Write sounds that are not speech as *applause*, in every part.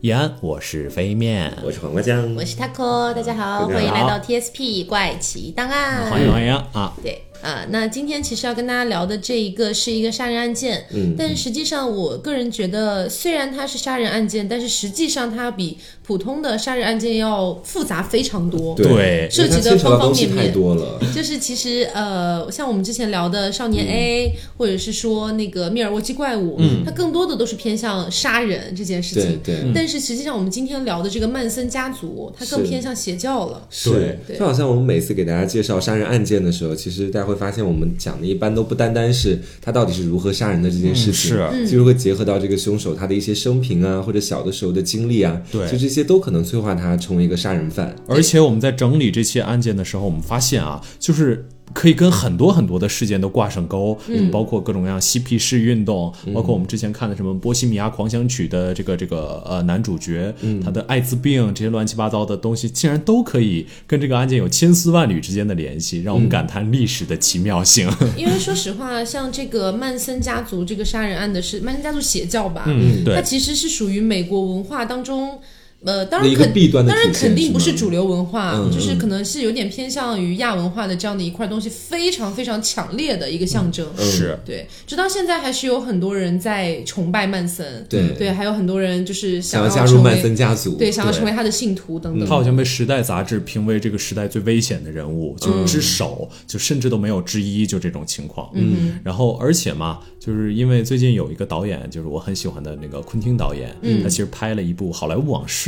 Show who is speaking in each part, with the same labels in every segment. Speaker 1: 易安，我是飞面，
Speaker 2: 我是黄瓜酱，
Speaker 3: 我是 Taco，大
Speaker 2: 大家
Speaker 3: 家好，
Speaker 2: 好
Speaker 3: 欢迎来到 TSP 怪奇档案。
Speaker 1: 欢迎欢迎啊！
Speaker 3: 对啊、那今天其实要跟大家聊的这一个是一个杀人案件，
Speaker 2: 嗯
Speaker 3: 但实际上我个人觉得，虽然它是杀人案件，但是实际上它比普通的杀人案件要复杂非常多。
Speaker 1: 对
Speaker 3: 涉及
Speaker 2: 因为它
Speaker 3: 的
Speaker 2: 牵扯到
Speaker 3: 方方
Speaker 2: 东西
Speaker 3: 面面
Speaker 2: 太多了，
Speaker 3: 就是其实呃，像我们之前聊的《少年 A、或者是说那个《密尔沃基怪物》，它更多的都是偏向杀人这件事
Speaker 2: 对
Speaker 3: 情。
Speaker 2: 对。
Speaker 3: 但是实际上，我们今天聊的这个曼森家族，它更
Speaker 2: 是
Speaker 3: 偏向邪教了。
Speaker 2: 是，
Speaker 3: 对
Speaker 2: 就好像我们每次给大家介绍杀人案件的时候，其实大家会发现，我们讲的一般都不单单是他到底是如何杀人的这件事情，
Speaker 1: 嗯
Speaker 2: 是，就是会结合到这个凶手他的一些生平啊，或者小的时候的经历啊，
Speaker 1: 对
Speaker 2: 就这些都可能催化他成为一个杀人犯。
Speaker 1: 而且我们在整理这起案件的时候，我们发现啊，就是。可以跟很多很多的事件都挂上钩，嗯，包括各种各样嬉皮士运动，包括我们之前看的什么《波西米亚狂想曲》的这个这个呃男主角，他的艾滋病这些乱七八糟的东西，竟然都可以跟这个案件有千丝万缕之间的联系，让我们感叹历史的奇妙性。
Speaker 3: 因为说实话，像这个曼森家族这个杀人案的是曼森家族邪教吧？
Speaker 1: 嗯对
Speaker 3: 它其实是属于美国文化当中，呃，当
Speaker 2: 的
Speaker 3: 然
Speaker 2: 一个
Speaker 3: 肯
Speaker 2: 弊端的
Speaker 3: 当然
Speaker 2: 体现
Speaker 3: 肯定不
Speaker 2: 是
Speaker 3: 是
Speaker 2: 吗
Speaker 3: 主流文化，
Speaker 2: 嗯
Speaker 3: 就是可能是有点偏向于亚文化的这样的一块东西，非常非常强烈的一个象征。
Speaker 2: 嗯
Speaker 1: 是
Speaker 3: 对，直到现在还是有很多人在崇拜曼森，
Speaker 2: 对
Speaker 3: 对，还有很多人就是
Speaker 2: 想要
Speaker 3: 要
Speaker 2: 加入
Speaker 3: 成为
Speaker 2: 曼森家族，嗯
Speaker 3: 对，想要
Speaker 1: 对
Speaker 3: 成为他的信徒等等。
Speaker 1: 他好像被《时代》杂志评为这个时代最危险的人物，就之首，就甚至都没有之一，就这种情况。嗯，然后而且嘛，就是因为最近有一个导演，就是我很喜欢的那个昆汀导演，他其实拍了一部《好莱坞往事》，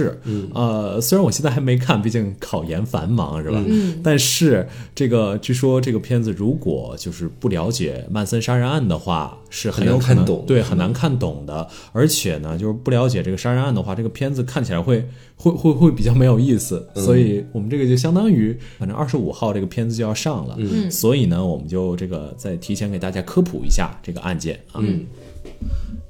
Speaker 1: 呃，虽然我现在还没看，毕竟考研繁忙是吧？但是这个据说这个片子如果就是不了解曼森杀人案的话，是很有可能
Speaker 2: 很难看懂
Speaker 1: 对很难看懂的。而且呢，就是不了解这个杀人案的话，这个片子看起来会会会会比较没有意思。所以我们这个就相当于，反正二十五号这个片子就要上了，嗯，所以呢，我们就这个再提前给大家科普一下这个案件啊。嗯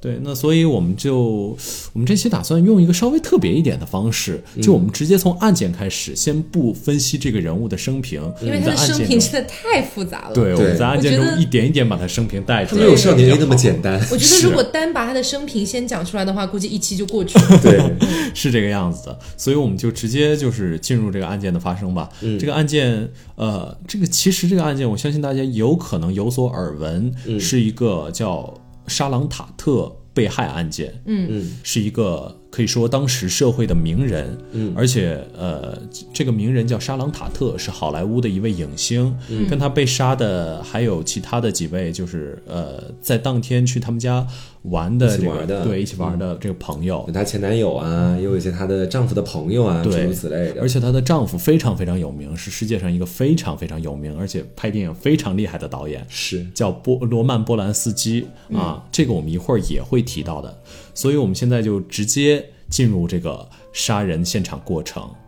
Speaker 1: 对，那所以我们就我们这期打算用一个稍微特别一点的方式，就我们直接从案件开始，先不分析这个人物的生平，
Speaker 3: 因为
Speaker 1: 我们
Speaker 3: 他
Speaker 1: 在
Speaker 3: 的
Speaker 1: 案
Speaker 3: 生
Speaker 1: 件
Speaker 3: 平
Speaker 1: 中
Speaker 3: 真的太复杂了，
Speaker 1: 嗯对，我们在案件
Speaker 3: 我觉
Speaker 1: 中
Speaker 3: 得
Speaker 1: 一点一点把他生平带出
Speaker 2: 没
Speaker 1: 来，
Speaker 2: 有少年 A 那么简单，
Speaker 3: 我觉得如果单把他的生平先讲出来的话，估计一期就过去
Speaker 2: *laughs*
Speaker 3: 了。
Speaker 2: 对，
Speaker 1: *laughs* 是这个样子的，所以我们就直接就是进入这个案件的发生吧。
Speaker 2: 嗯
Speaker 1: 这个案件，呃，这个其实这个案件，我相信大家有可能有所耳闻，
Speaker 2: 嗯
Speaker 1: 是一个叫沙朗塔特被害案件。
Speaker 3: 嗯
Speaker 2: 嗯，
Speaker 1: 是一个可以说当时社会的名人。嗯，而且呃，这个名人叫沙朗塔特，是好莱坞的一位影星。嗯，跟他被杀的还有其他的几位，就是呃，在当天去他们家玩的
Speaker 2: 一起
Speaker 1: 这个
Speaker 2: 玩的嗯
Speaker 1: 对一起玩的这个朋友。
Speaker 2: 有她前男友啊，也有一些她的丈夫的朋友啊，诸
Speaker 1: 对
Speaker 2: 如此类的，
Speaker 1: 而且她的丈夫非常非常有名，是世界上一个非常非常有名，而且拍电影非常厉害的导演，
Speaker 2: 是
Speaker 1: 叫波罗曼·波兰斯基
Speaker 2: 嗯
Speaker 1: 啊，这个我们一会儿也会提到的。所以我们现在就直接进入这个杀人现场过程。
Speaker 2: *laughs*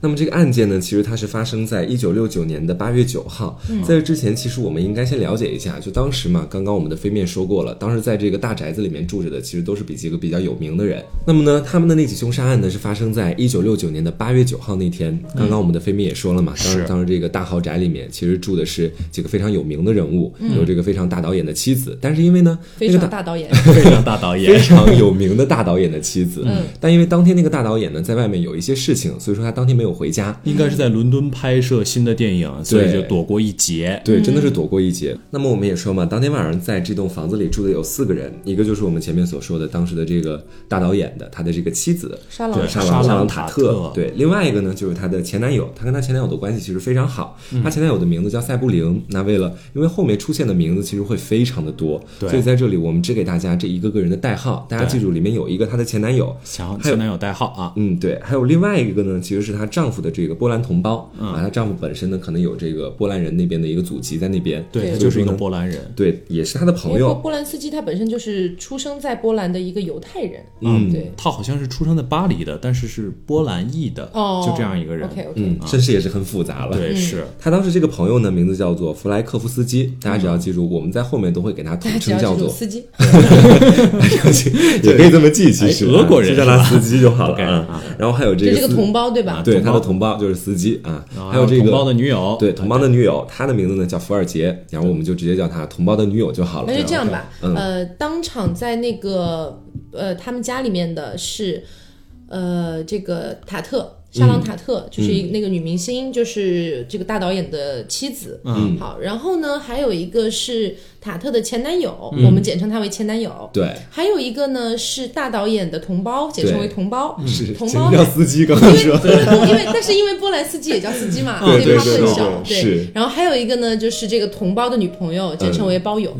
Speaker 2: 那么这个案件呢，其实它是发生在一九六九年的八月九号。
Speaker 3: 嗯
Speaker 2: 在这之前，其实我们应该先了解一下，就当时嘛，刚刚我们的飞面说过了，当时在这个大宅子里面住着的，其实都是比几个比较有名的人。那么呢，他们的那起凶杀案呢，是发生在一九六九年的八月九号那天。刚
Speaker 3: 嗯
Speaker 2: 刚我们的飞面也说了嘛，
Speaker 1: 是
Speaker 2: 当时当时这个大豪宅里面，其实住的是几个非常有名的人物，有这个非常大导演的妻子，但是因为呢，
Speaker 3: 嗯非
Speaker 2: 那个
Speaker 3: 常
Speaker 2: 大。
Speaker 3: 大导演，
Speaker 1: 非常大导
Speaker 2: 非
Speaker 1: 演，
Speaker 2: 常有名的大导演的妻子，
Speaker 3: 嗯
Speaker 2: 但因为当天那个大导演呢在外面有一些事情，所以说他当天没有回
Speaker 3: 嗯
Speaker 2: 家，
Speaker 1: 应该是在伦敦拍摄新的电影，所以就躲过一劫。
Speaker 2: 对，真的是躲过一劫。那么我们也说嘛，当天晚上在这栋房子里住的有四个人，一个就是我们前面所说的当时的这个大导演的他的这个妻子
Speaker 3: 沙朗
Speaker 1: 对
Speaker 2: 沙
Speaker 1: 沙朗
Speaker 2: 朗沙朗
Speaker 1: 塔
Speaker 2: 塔
Speaker 1: 特
Speaker 2: 对，另外一个呢就是她的前男友，她跟她前男友的关系其实非常好。她前男友的名字叫塞布林，那为了因为后面出现的名字其实会非常的多，
Speaker 1: 对
Speaker 2: 所以在这里我们只给大家这一个个人的代号，大家记住里面有一个她的前男友，
Speaker 1: 想前男友代号啊，
Speaker 2: 嗯，对，还有另外一个呢，其实是她丈夫的这个波兰同胞、
Speaker 1: 嗯
Speaker 2: 啊，她丈夫本身呢可能有这个波兰人那边的一个祖籍在那边，
Speaker 1: 对
Speaker 3: 对
Speaker 1: 他就是一个
Speaker 2: 所以说呢
Speaker 1: 波兰人。
Speaker 2: 对，也是她的朋
Speaker 3: 包括
Speaker 2: 友，
Speaker 3: 波兰斯基他本身就是出生在波兰的一个犹太人，
Speaker 2: 嗯
Speaker 3: 对，
Speaker 1: 他好像是出生在巴黎的，但是是波兰裔的，
Speaker 3: 哦，
Speaker 1: 就这样一个人。
Speaker 3: OK OK，
Speaker 2: 嗯，身世也是很复杂了。
Speaker 1: 对，是
Speaker 2: 她当时这个朋友呢，名字叫做弗莱克夫斯基，大家
Speaker 1: 嗯
Speaker 2: 只要记住，我们在后面都会给他统
Speaker 3: 大家只
Speaker 2: 称
Speaker 3: 要
Speaker 2: 叫
Speaker 3: 记住
Speaker 2: 做，
Speaker 3: 司机，
Speaker 2: 也可以这么记，其实啊
Speaker 1: 哎俄国人
Speaker 2: 就叫他司机就好了啊。然后还有这
Speaker 3: 这
Speaker 2: 个
Speaker 3: 是个
Speaker 2: 司
Speaker 3: 同胞对吧？
Speaker 2: 对
Speaker 1: 啊同胞
Speaker 2: 他的同胞就是司机啊
Speaker 1: 然后，
Speaker 2: 还有这个
Speaker 1: 同胞的女友，
Speaker 2: 对同胞的女友，她的名字呢叫福尔杰，
Speaker 3: 呃
Speaker 2: 然后我们就直接叫她同胞的女友就好了。
Speaker 3: 那就这样吧，
Speaker 2: 嗯
Speaker 3: 呃，当场在那个呃，他们家里面的是，呃，这个塔特。
Speaker 2: 嗯
Speaker 3: 莎朗塔特、就是一那个女明星，就是这个大导演的妻子。
Speaker 1: 嗯，
Speaker 3: 好，然后呢，还有一个是塔特的前男友，我们简称他为前男友。
Speaker 2: 嗯对，
Speaker 3: 还有一个呢是大导演的同胞，简称为同胞。
Speaker 2: *laughs* 是
Speaker 3: 同
Speaker 2: 什
Speaker 3: 胞
Speaker 2: 么叫司机？刚刚说
Speaker 3: 因为因为但是因为波兰斯基也叫司机嘛，所
Speaker 2: 对
Speaker 3: 以他
Speaker 2: 对
Speaker 3: 混
Speaker 2: 对
Speaker 3: 淆。
Speaker 2: 对
Speaker 3: 对
Speaker 2: 是，嗯
Speaker 3: 然后还有一个呢，就是这个同胞的女朋友，简称为包友。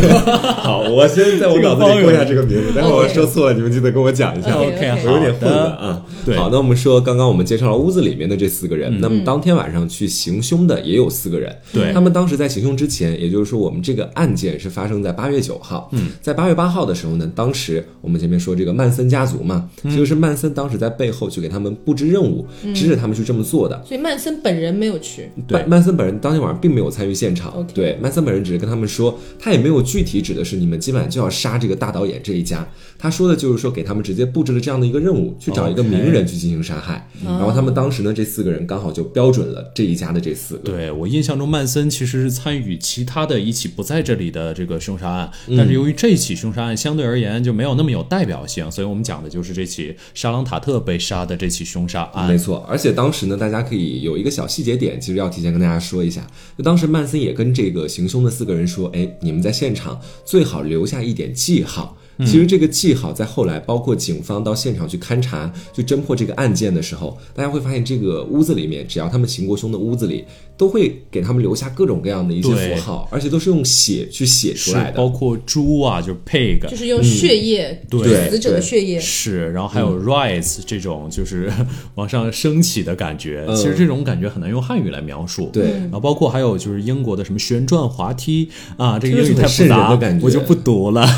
Speaker 2: *laughs* 好，我先在我脑子里过一下这个名字，待会儿我说错了，你们记得跟我讲一下。
Speaker 3: OK，OK
Speaker 1: OK，
Speaker 2: 我有点
Speaker 1: 好
Speaker 2: 混乱
Speaker 1: 的。
Speaker 2: 啊。
Speaker 1: 对
Speaker 2: 好，那我们说，刚刚我们介绍了屋子里面的这四个人，那么当天晚上去行凶的也有四个人。
Speaker 1: 对
Speaker 2: 他们当时在行凶之前，也就是说，我们这个案件是发生在八月九号。嗯，在八月八号的时候呢，当时我们前面说这个曼森家族嘛，其实是曼森当时在背后去给他们布置任务，指使他们去这么做的。
Speaker 3: 所以曼森本人没有去。
Speaker 1: 对
Speaker 2: 曼曼森本人当天晚上并没有参与现场。
Speaker 3: OK
Speaker 2: 对，曼森本人只是跟他们说，他也没有具体指的是你们今晚就要杀这个大导演这一家。他说的就是说给他们直接布置了这样的一个任务，去找一个
Speaker 1: OK
Speaker 2: 名人去进行杀害。然后他们当时呢，这四个人刚好就标准了这一家的这四个。
Speaker 1: 对我印象中，曼森其实是参与其他的一起不在这里的这个凶杀案，
Speaker 2: 嗯
Speaker 1: 但是由于这起凶杀案相对而言就没有那么有代表性，所以我们讲的就是这起沙朗塔特被杀的这起凶杀
Speaker 2: 没
Speaker 1: 案。
Speaker 2: 错，而且当时呢，大家可以有一个小细节点，其实要提前跟大家说一下。就当时曼森也跟这个行凶的四个人说：“哎，你们在现场最好留下一点记号。”
Speaker 1: 嗯
Speaker 2: 其实这个记号在后来，包括警方到现场去勘查、去侦破这个案件的时候，大家会发现这个屋子里面，只要他们行过凶的屋子里，都会给他们留下各种各样的一些
Speaker 1: 对
Speaker 2: 符号，而且都是用血去写出
Speaker 1: 是
Speaker 2: 来，的。
Speaker 1: 包括猪啊，就是 pig，
Speaker 3: 就是用血液，
Speaker 2: 嗯对
Speaker 3: 死者的
Speaker 2: 对
Speaker 3: 血液，
Speaker 1: 是，然后还有 rise 这种就是 *laughs* 往上升起的感觉，其实这种感觉很难用汉语来描述。嗯
Speaker 2: 嗯对
Speaker 1: 然后包括还有就是英国的什么旋转滑梯啊，这个
Speaker 2: 这
Speaker 1: 英
Speaker 2: 是
Speaker 1: 语太
Speaker 2: 很
Speaker 1: 复
Speaker 2: 瘆人
Speaker 1: 杂
Speaker 2: 的感，觉
Speaker 1: 我就不读了。
Speaker 3: *laughs*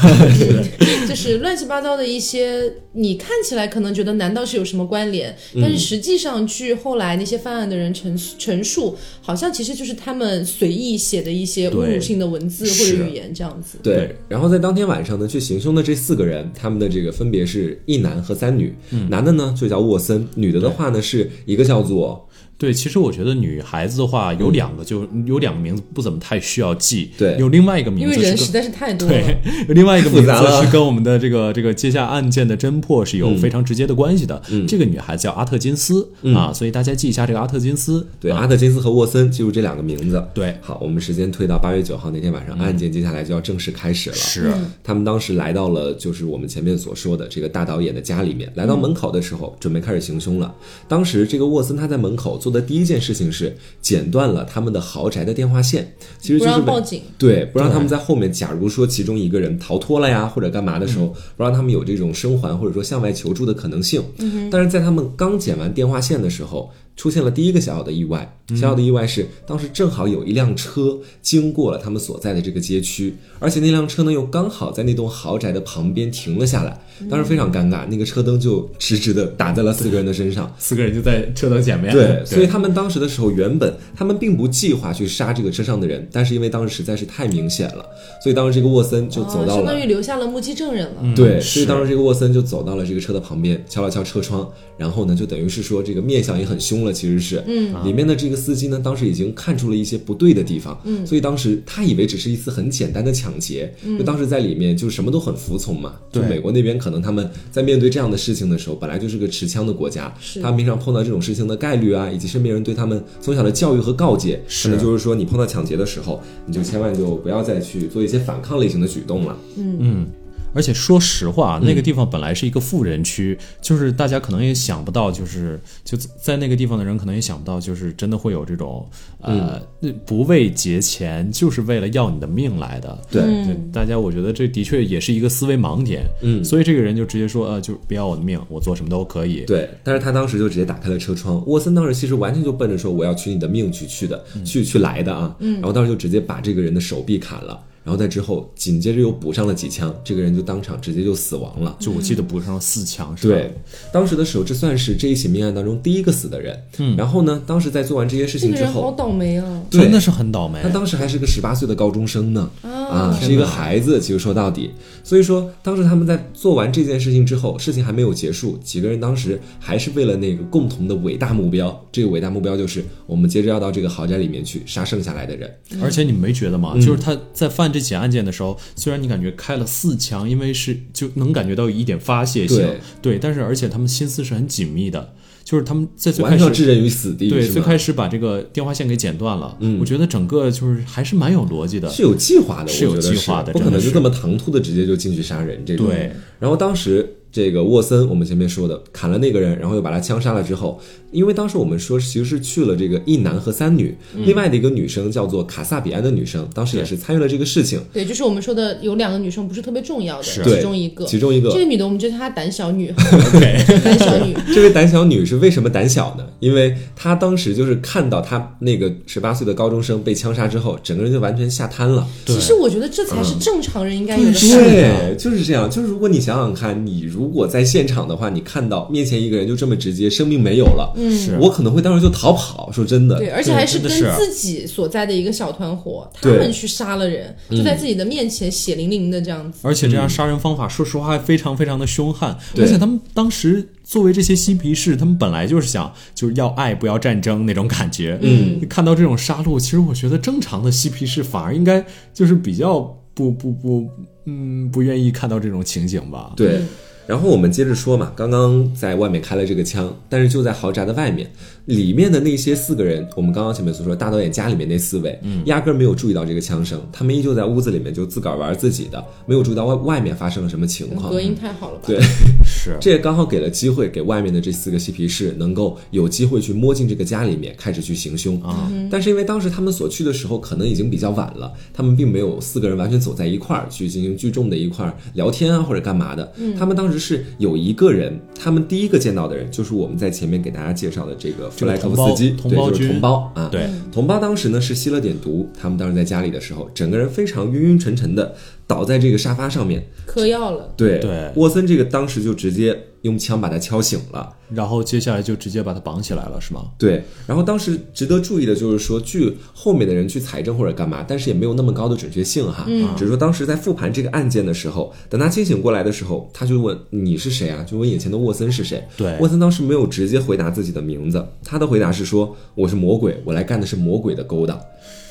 Speaker 3: 就是乱七八糟的一些，你看起来可能觉得难道是有什么关联，
Speaker 2: 嗯
Speaker 3: 但是实际上据后来那些犯案的人陈述陈述，好像其实就是他们随意写的一些侮辱
Speaker 1: 对
Speaker 3: 性的文字或
Speaker 2: 是
Speaker 3: 者语言这样子。
Speaker 2: 对
Speaker 1: 对，
Speaker 2: 然后在当天晚上呢，去行凶的这四个人，他们的这个分别是一男和三女，
Speaker 1: 嗯
Speaker 2: 男的呢就叫沃森，女的的话呢是一个叫做
Speaker 1: 对，其实我觉得女孩子的话有两个就有两个名字不怎么太需要记，
Speaker 2: 对
Speaker 1: 有另外一个名
Speaker 3: 因为
Speaker 1: 字
Speaker 3: 人
Speaker 1: 是
Speaker 3: 实
Speaker 1: 跟
Speaker 3: 在是太多了，
Speaker 1: 对，有另外一个名
Speaker 2: 复杂了嗯
Speaker 1: 字是跟我们的这个这个接下案件的侦破是有非常直接的关系的。这个女孩子叫阿特金斯、啊，所以大家记一下这个阿特金斯。
Speaker 2: 对、
Speaker 1: 啊，
Speaker 2: 阿特金斯和沃森，记住这两个名字。
Speaker 1: 对嗯
Speaker 2: 好，我们时间推到八月九号那天晚上，案件接下来就要正式开始了。
Speaker 1: 是
Speaker 2: 他们当时来到了，就是我们前面所说的这个大导演的家里面。
Speaker 1: 嗯
Speaker 2: 来到门口的时候，准备开始行凶了。当时这个沃森他在门口做的第一件事情是剪断了他们的豪宅的电话线，其实
Speaker 3: 不
Speaker 2: 就是
Speaker 3: 让
Speaker 2: 为
Speaker 3: 报警。
Speaker 2: 对，不让他们在后面，假如说其中一个人逃脱了呀，或者干嘛的时候，不让他们有这种生还或者说向外求助的可能性。
Speaker 3: 嗯
Speaker 2: 但是在他们刚剪完电话线的时候，出现了第一个小小的意外。小小的意外是，当时正好有一辆车经过了他们所在的这个街区，而且那辆车呢又刚好在那栋豪宅的旁边停了下来。当时非常尴尬，那个车灯就直直的打在了四个人的身上。
Speaker 1: 四个人就在车灯前面。
Speaker 2: 对，所以他们当时的时候，原本他们并不计划去杀这个车上的人，但是因为当时实在是太明显了，所以当时这个沃森就 *laughs* 走
Speaker 3: 哦
Speaker 2: 到
Speaker 3: 相
Speaker 2: 了。
Speaker 3: 当于留下了目击证人了。
Speaker 2: 对，
Speaker 1: 嗯
Speaker 2: 所以
Speaker 1: 是
Speaker 2: 当时这个沃森就走到了这个车的旁边，敲了敲车窗，然后呢，就等于是说这个面相也很凶了，其实是，嗯，里面的这个司机呢，当时已经看出了一些不对的地方，嗯，所嗯以当时他以为只是一次很简单的抢劫，就当时在里面就什么都很服从嘛，就
Speaker 1: 对
Speaker 2: 美国那边可能他们在面对这样的事情的时候，本来就是个持枪的国家，
Speaker 3: 是
Speaker 2: 他们平常碰到这种事情的概率啊，以及身边人对他们从小的教育和告诫，
Speaker 1: 是
Speaker 2: 可能就是说你碰到抢劫的时候，你就千万就不要再去做一些反抗类型的举动了，
Speaker 1: 而且说实话，那个
Speaker 2: 嗯
Speaker 1: 地方本来是一个富人区，就是大家可能也想不到，就是就在那个地方的人可能也想不到，就是真的会有这种呃、
Speaker 2: 嗯
Speaker 1: 不为节钱，就是为了要你的命来的。
Speaker 2: 对。
Speaker 1: 对，大家我觉得这的确也是一个思维盲点。嗯，所以这个人就直接说，呃，就是不要我的命，我做什么都可以。
Speaker 2: 对，但是他当时就直接打开了车窗。沃森当时其实完全就奔着说我要取你的命去去的，
Speaker 3: 嗯
Speaker 2: 去去来的啊。然后当时就直接把这个人的手臂砍了，然后在之后紧接着又补上了几枪，这个人就当场直接就死亡了。
Speaker 1: 就我记得补上了四枪，是吧？
Speaker 2: 对，当时的时候，这算是这一起命案当中第一个死的人。嗯，然后呢，当时在做完这些事
Speaker 3: 这
Speaker 2: 情
Speaker 3: 个
Speaker 2: 之
Speaker 3: 人好
Speaker 2: 后，
Speaker 3: 倒霉啊！
Speaker 2: 对
Speaker 1: 真的是很倒霉
Speaker 2: 他。当时还是个十八岁的高中生呢，啊，是一
Speaker 1: 天
Speaker 2: 个
Speaker 1: 哪
Speaker 2: 孩子。其实说到底，所以说当时他们在做完这件事情之后，事情还没有结束，几个人当时还是为了那个共同的伟大目标，这个伟大目标就是我们接着要到这个豪宅里面去杀剩下来的人。
Speaker 1: 而且你没觉得吗？就是他在犯这这起案件的时候，虽然你感觉开了四枪，因为是就能感觉到有一点发泄性，
Speaker 2: 对
Speaker 1: 对，但是而且他们心思是很紧密的，就是他们在最
Speaker 2: 完
Speaker 1: 开
Speaker 2: 全要
Speaker 1: 始
Speaker 2: 置人于死地，
Speaker 1: 对
Speaker 2: 是
Speaker 1: 最
Speaker 2: 吗？
Speaker 1: 开始把这个电话线给剪断了，我觉得整个就是还是蛮有逻辑的，
Speaker 2: 是有计划的，
Speaker 1: 是有
Speaker 2: 我觉得
Speaker 1: 计划的
Speaker 2: 不可
Speaker 1: 真的
Speaker 2: 能就是这么唐突的直接就进去杀人这种。
Speaker 1: 对。
Speaker 2: 然后当时这个沃森，我们前面说的砍了那个人，然后又把他枪杀了之后，因为当时我们说其实是去了这个一男和三女，
Speaker 1: 嗯
Speaker 2: 另外的一个女生叫做卡萨比安的女生，当时也是参与了这个事情。
Speaker 3: 对，就是我们说的有两个女生不是特别重要的，
Speaker 1: 是
Speaker 2: 对
Speaker 3: 其中一个，
Speaker 2: 其中一个
Speaker 3: 这个女的我们就叫她胆
Speaker 2: *laughs*
Speaker 3: 小女，胆小女，
Speaker 2: 这位胆小女是为什么胆小呢？因为她当时就是看到她那个十八岁的高中生被枪杀之后，整个人就完全吓瘫了。
Speaker 3: 其实我觉得这才是正常人应该
Speaker 2: 嗯
Speaker 3: 有的
Speaker 1: 是
Speaker 3: 反应。
Speaker 2: 对，就是这样。就是如果你想想看，你如果在现场的话，你看到面前一个人就这么直接，生命没有了，
Speaker 1: 是
Speaker 2: 我可能会当时就逃跑。说真的，
Speaker 3: 嗯对，而且还是
Speaker 1: 真的
Speaker 3: 跟
Speaker 1: 是
Speaker 3: 自己所在的一个小团伙，他
Speaker 2: 对
Speaker 3: 们去杀了人，就在自己的面前血淋淋的这样子。
Speaker 1: 而且这样杀人方法，说实话还非常非常的凶悍。
Speaker 2: 嗯对
Speaker 1: 而且他们当时作为这些嬉皮士，他们本来就是想就是要爱不要战争那种感觉。嗯，看到这种杀戮，其实我觉得正常的嬉皮士反而应该就是比较不不不，嗯，不愿意看到这种情景吧。
Speaker 2: 对。然后我们接着说嘛，刚刚在外面开了这个枪，但是就在豪宅的外面，里面的那些四个人，我们刚刚前面所说大导演家里面那四位，压根儿没有注意到这个枪声，他们依旧在屋子里面就自个儿玩自己的，没有注意到外外面发生了什么情况
Speaker 3: 隔。音太好了吧？
Speaker 2: 嗯对，
Speaker 1: 是
Speaker 2: 这也刚好给了机会给外面的这四个嬉皮士能够有机会去摸进这个家里面，开始去行凶啊。但是因为当时他们所去的时候可能已经比较晚了，他们并没有四个人完全走在一块儿去进行聚众的一块儿聊天啊或者干嘛的。
Speaker 1: 嗯
Speaker 2: 他们当时是有一个人，他们第一个见到的人就是我们在前面给大家介绍的这个弗莱科夫斯基，
Speaker 1: 这个同胞同胞
Speaker 2: 对，就是
Speaker 1: 君
Speaker 2: 同胞啊，
Speaker 1: 对，
Speaker 2: 同胞当时呢是吸了点毒，他们当时在家里的时候，整个人非常晕晕沉沉的倒在这个沙发上面。
Speaker 3: 嗑药了，
Speaker 2: 对
Speaker 1: 对
Speaker 2: 沃森这个当时就直接用枪把他敲醒了。
Speaker 1: 然后接下来就直接把他绑起来了，是吗？
Speaker 2: 对，然后当时值得注意的就是说，据后面的人去裁证或者干嘛，但是也没有那么高的准确性哈。嗯，只是说当时在复盘这个案件的时候，等他清醒过来的时候，他就问你是谁啊？就问眼前的沃森是谁。
Speaker 1: 对
Speaker 2: 沃森当时没有直接回答自己的名字，他的回答是说我是魔鬼，我来干的是魔鬼的勾当。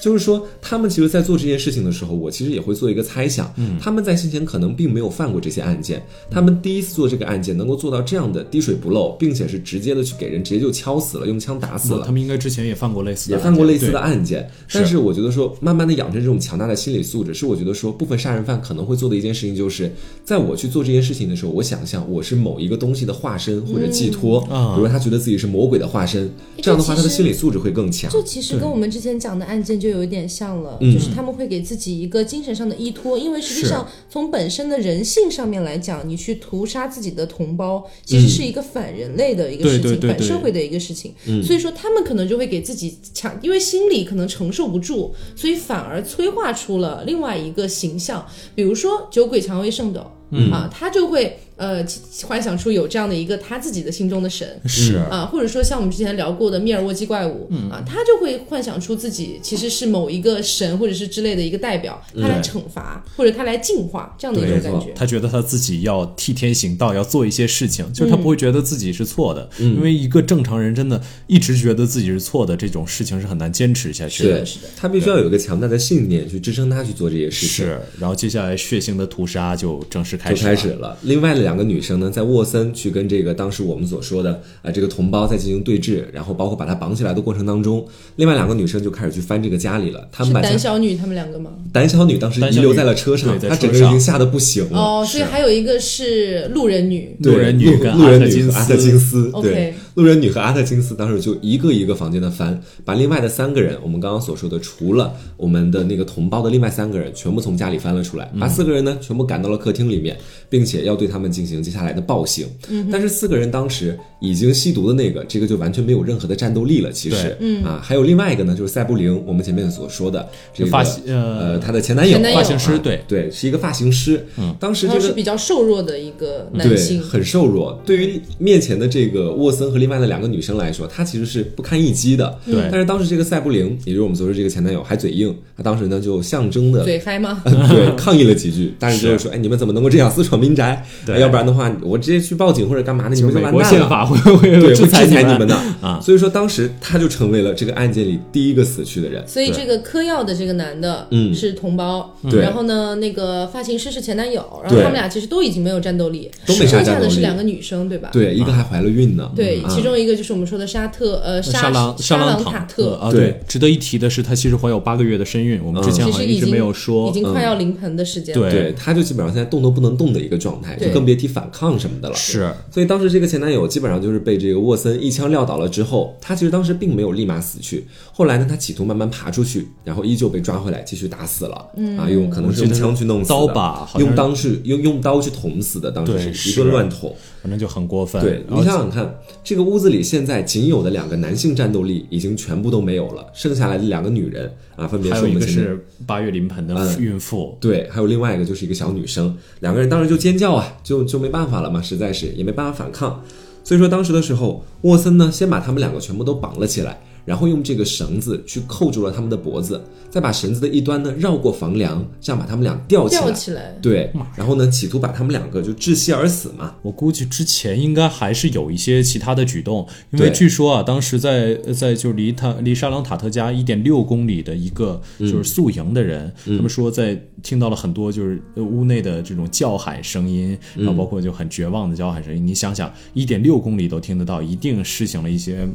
Speaker 2: 就是说，他们其实，在做这件事情的时候，我其实也会做一个猜想。他们在先前可能并没有犯过这些案件，他们第一次做这个案件，能够做到这样的滴水不漏，并且是直接的去给人直接就敲死了，用枪打死
Speaker 1: 那
Speaker 2: 了
Speaker 1: 他。们应该之前也犯过类似的
Speaker 2: 也
Speaker 1: 案件，
Speaker 2: 犯过类似的
Speaker 1: 对。
Speaker 2: 案件，但是我觉得说，慢慢的养成这种强大的心理素质，是我觉得说，部分杀人犯可能会做的一件事情，就是在我去做这件事情的时候，我想象我是某一个东西的化身或者寄托，
Speaker 1: 啊
Speaker 2: 比如说他觉得自己是魔鬼的化身，
Speaker 3: 这
Speaker 2: 这样的话，
Speaker 3: 哎其
Speaker 2: 他的
Speaker 3: 实
Speaker 2: 心理素质会更强。
Speaker 3: 这其实跟我们之前讲的案件就有一点像了，
Speaker 1: 嗯
Speaker 3: 就是他们会给自己一个精神上的依托，因为实际上从本身的人性上面来讲，你去屠杀自己的同胞，其实是一个反人类的一个事情，
Speaker 1: 嗯对对对嗯
Speaker 3: 反社会的一个事情。所以说他们可能就会给自己强，因为心理可能承受不住，所以反而催化出了另外一个形象，比如说酒鬼蔷薇圣斗。
Speaker 1: 嗯
Speaker 3: 啊，他就会呃幻想出有这样的一个他自己的心中的神，
Speaker 1: 是，
Speaker 3: 啊，或者说像我们之前聊过的密尔沃基怪物、
Speaker 2: 嗯
Speaker 3: 啊，他就会幻想出自己其实是某一个神或者是之类的一个代表，他来惩罚、或者他来净化这样的一种
Speaker 2: 对
Speaker 3: 感
Speaker 2: 没
Speaker 3: 觉。
Speaker 1: 他觉得他自己要替天行道，要做一些事情，就是他
Speaker 2: 嗯
Speaker 1: 不会觉得自己是错的，因为一个正常人真的一直觉得自己是错的，这种事情是很难坚持下去
Speaker 2: 对
Speaker 1: 的。
Speaker 3: 是的，
Speaker 2: 他必须要有一个强大的信念去支撑他去做这些事情。
Speaker 1: 是，啊然后接下来血腥的屠杀就正式开
Speaker 2: 就
Speaker 1: 始
Speaker 2: 开
Speaker 1: 了。
Speaker 2: 始了。另外的两个女生呢，在沃森去跟这个当时我们所说的啊、呃这个同胞在进行对峙，然后包括把他绑起来的过程当中，另外两个女生就开始去翻这个家里了。他们嗯
Speaker 3: 是
Speaker 2: 把
Speaker 3: 胆
Speaker 2: 家
Speaker 3: 小女她们两个吗？
Speaker 2: 胆小女当时
Speaker 1: 胆小
Speaker 2: 遗留
Speaker 1: 女
Speaker 2: 在了车上，
Speaker 1: 对在
Speaker 2: 她整
Speaker 1: 车
Speaker 2: 个人
Speaker 1: 上
Speaker 2: 已经吓得不行了。
Speaker 3: 哦，所以还有一个是路人女，
Speaker 2: 对
Speaker 1: 路人女
Speaker 2: 路
Speaker 1: 跟
Speaker 2: 路
Speaker 1: 阿
Speaker 2: 人
Speaker 1: 特
Speaker 2: 女
Speaker 1: 金
Speaker 2: 和
Speaker 1: 斯
Speaker 2: 阿特金斯，
Speaker 3: OK
Speaker 2: 对，路人女和阿特金斯当时就一个一个房间的翻，把另外的三个人，我们刚刚所说的，除了我们的那个同胞的另外三个人，全部从家里翻了出来，
Speaker 1: 嗯
Speaker 2: 把四个人呢全部赶到了客厅里面，并且要对他们进行接下来的暴行。
Speaker 1: 嗯
Speaker 2: 但是四个人当时已经吸毒的那个，这个就完全没有任何的战斗力了，其实
Speaker 1: 对，
Speaker 3: 嗯
Speaker 2: 啊，还有另外一个呢，就是塞布林，我们前面所说的这个
Speaker 1: 发型呃
Speaker 2: 呃，她的前男友
Speaker 3: 前男友
Speaker 1: 发型师
Speaker 2: 啊
Speaker 1: 对
Speaker 2: 对，是一个发型师，
Speaker 1: 嗯
Speaker 2: 当时
Speaker 3: 然
Speaker 2: 这
Speaker 3: 后
Speaker 2: 个嗯
Speaker 3: 是比较瘦弱的一个男
Speaker 2: 对，
Speaker 3: 性，
Speaker 2: 很瘦弱。对于面前的这个沃森和另另外的两个女生来说，她其实是不堪一击的。
Speaker 1: 对
Speaker 2: 但是当时这个塞布灵，也就是我们所说这个前男友，还嘴硬，他当时呢就象
Speaker 1: *laughs*
Speaker 2: 征的
Speaker 3: 嘴嗨吗？ *laughs*
Speaker 2: 对，抗议了几句，但是就是说，哎，你们怎么能够这样私闯民宅？哎
Speaker 1: 对
Speaker 2: 要不然的话，我直接去报警或者干嘛的，你
Speaker 1: 就
Speaker 2: 们
Speaker 1: 是
Speaker 2: 就
Speaker 1: 美
Speaker 2: 完
Speaker 1: 国
Speaker 2: 蛋
Speaker 1: 宪
Speaker 2: 了。
Speaker 1: 法
Speaker 2: *laughs*
Speaker 1: 会会
Speaker 2: 对，
Speaker 1: 会
Speaker 2: 会
Speaker 1: 制
Speaker 2: 制
Speaker 1: 裁
Speaker 2: 裁
Speaker 1: 你
Speaker 2: 你们的
Speaker 1: 啊
Speaker 2: 所以说，当时他就成为了这个案件里第一个死去的人。
Speaker 3: 所以
Speaker 1: 对
Speaker 3: 这个嗑药的这个男的，
Speaker 2: 嗯
Speaker 3: 是同胞，
Speaker 2: 对
Speaker 3: 然后呢，那个发型师是前男友，然后
Speaker 2: 对
Speaker 3: 他们俩其实都已经没有战斗力，
Speaker 2: 都没啥战
Speaker 3: 剩下
Speaker 2: 斗力
Speaker 3: 的是两个女生，对吧？
Speaker 2: 对，一个还怀了孕呢。
Speaker 3: 对
Speaker 2: 啊
Speaker 3: 其中一个就是我们说的沙特，呃，
Speaker 1: 嗯沙
Speaker 3: 朗
Speaker 1: 朗沙
Speaker 3: 朗
Speaker 1: 塔
Speaker 3: 特，
Speaker 1: 啊，
Speaker 2: 对嗯
Speaker 1: 对，值得一提的是，她其实怀有八个月的身孕，我们之前
Speaker 3: 其
Speaker 1: 好像
Speaker 3: 实
Speaker 1: 一
Speaker 3: 已
Speaker 1: 直
Speaker 3: 经
Speaker 1: 没有说嗯
Speaker 3: 已，经快要临盆的时间了。
Speaker 1: 对
Speaker 2: 对，他就基本上现在动都不能动的一个状态，就
Speaker 3: 对
Speaker 2: 更别提反抗什么的了。
Speaker 1: 是
Speaker 2: 所以当时这个前男友基本上就是被这个沃森一枪撂倒了之后，他其实当时并没有立马死去。后来呢，他企图慢慢爬出去，然后依旧被抓回来继续打死了。嗯啊，用可能是用枪去弄死的，
Speaker 1: 刀吧好像是
Speaker 2: 用刀去用用刀去捅死的，当
Speaker 1: 对
Speaker 2: 时是一
Speaker 1: 是
Speaker 2: 顿乱捅。
Speaker 1: 反正就很过分。
Speaker 2: 对
Speaker 1: 然
Speaker 2: 你
Speaker 1: 后
Speaker 2: 想想看，这个屋子里现在仅有的两个男性战斗力已经全部都没有了，剩下来的两个女人啊，分别
Speaker 1: 还
Speaker 2: 是
Speaker 1: 有
Speaker 2: 我
Speaker 1: 一
Speaker 2: 们嗯
Speaker 1: 个
Speaker 2: 前面
Speaker 1: 是八月临盆的孕妇，
Speaker 2: 对，还有另外一个就是一个小女生，两个人当时就尖叫啊，就就没办法了嘛，实在是也没办法反抗。所以说当时的时候，沃森呢先把他们两个全部都绑了起来，然后用这个绳子去扣住了他们的脖子，再把绳子的一端呢绕过房梁，这样把他们俩吊起来。
Speaker 3: 吊起来，
Speaker 2: 对，然后呢企图把他们两个就窒息而死嘛。
Speaker 1: 我估计之前应该还是有一些其他的举动，因为
Speaker 2: 对
Speaker 1: 据说啊，当时在在就离他离沙朗塔特家一点六公里的一个
Speaker 2: 嗯
Speaker 1: 就是宿营的人，他们说在听到了很多就是呃屋内的这种叫喊声音，然后
Speaker 2: 嗯
Speaker 1: 包括就很绝望的叫喊声音。你想想，一点六公里都听得到，一定施行了一些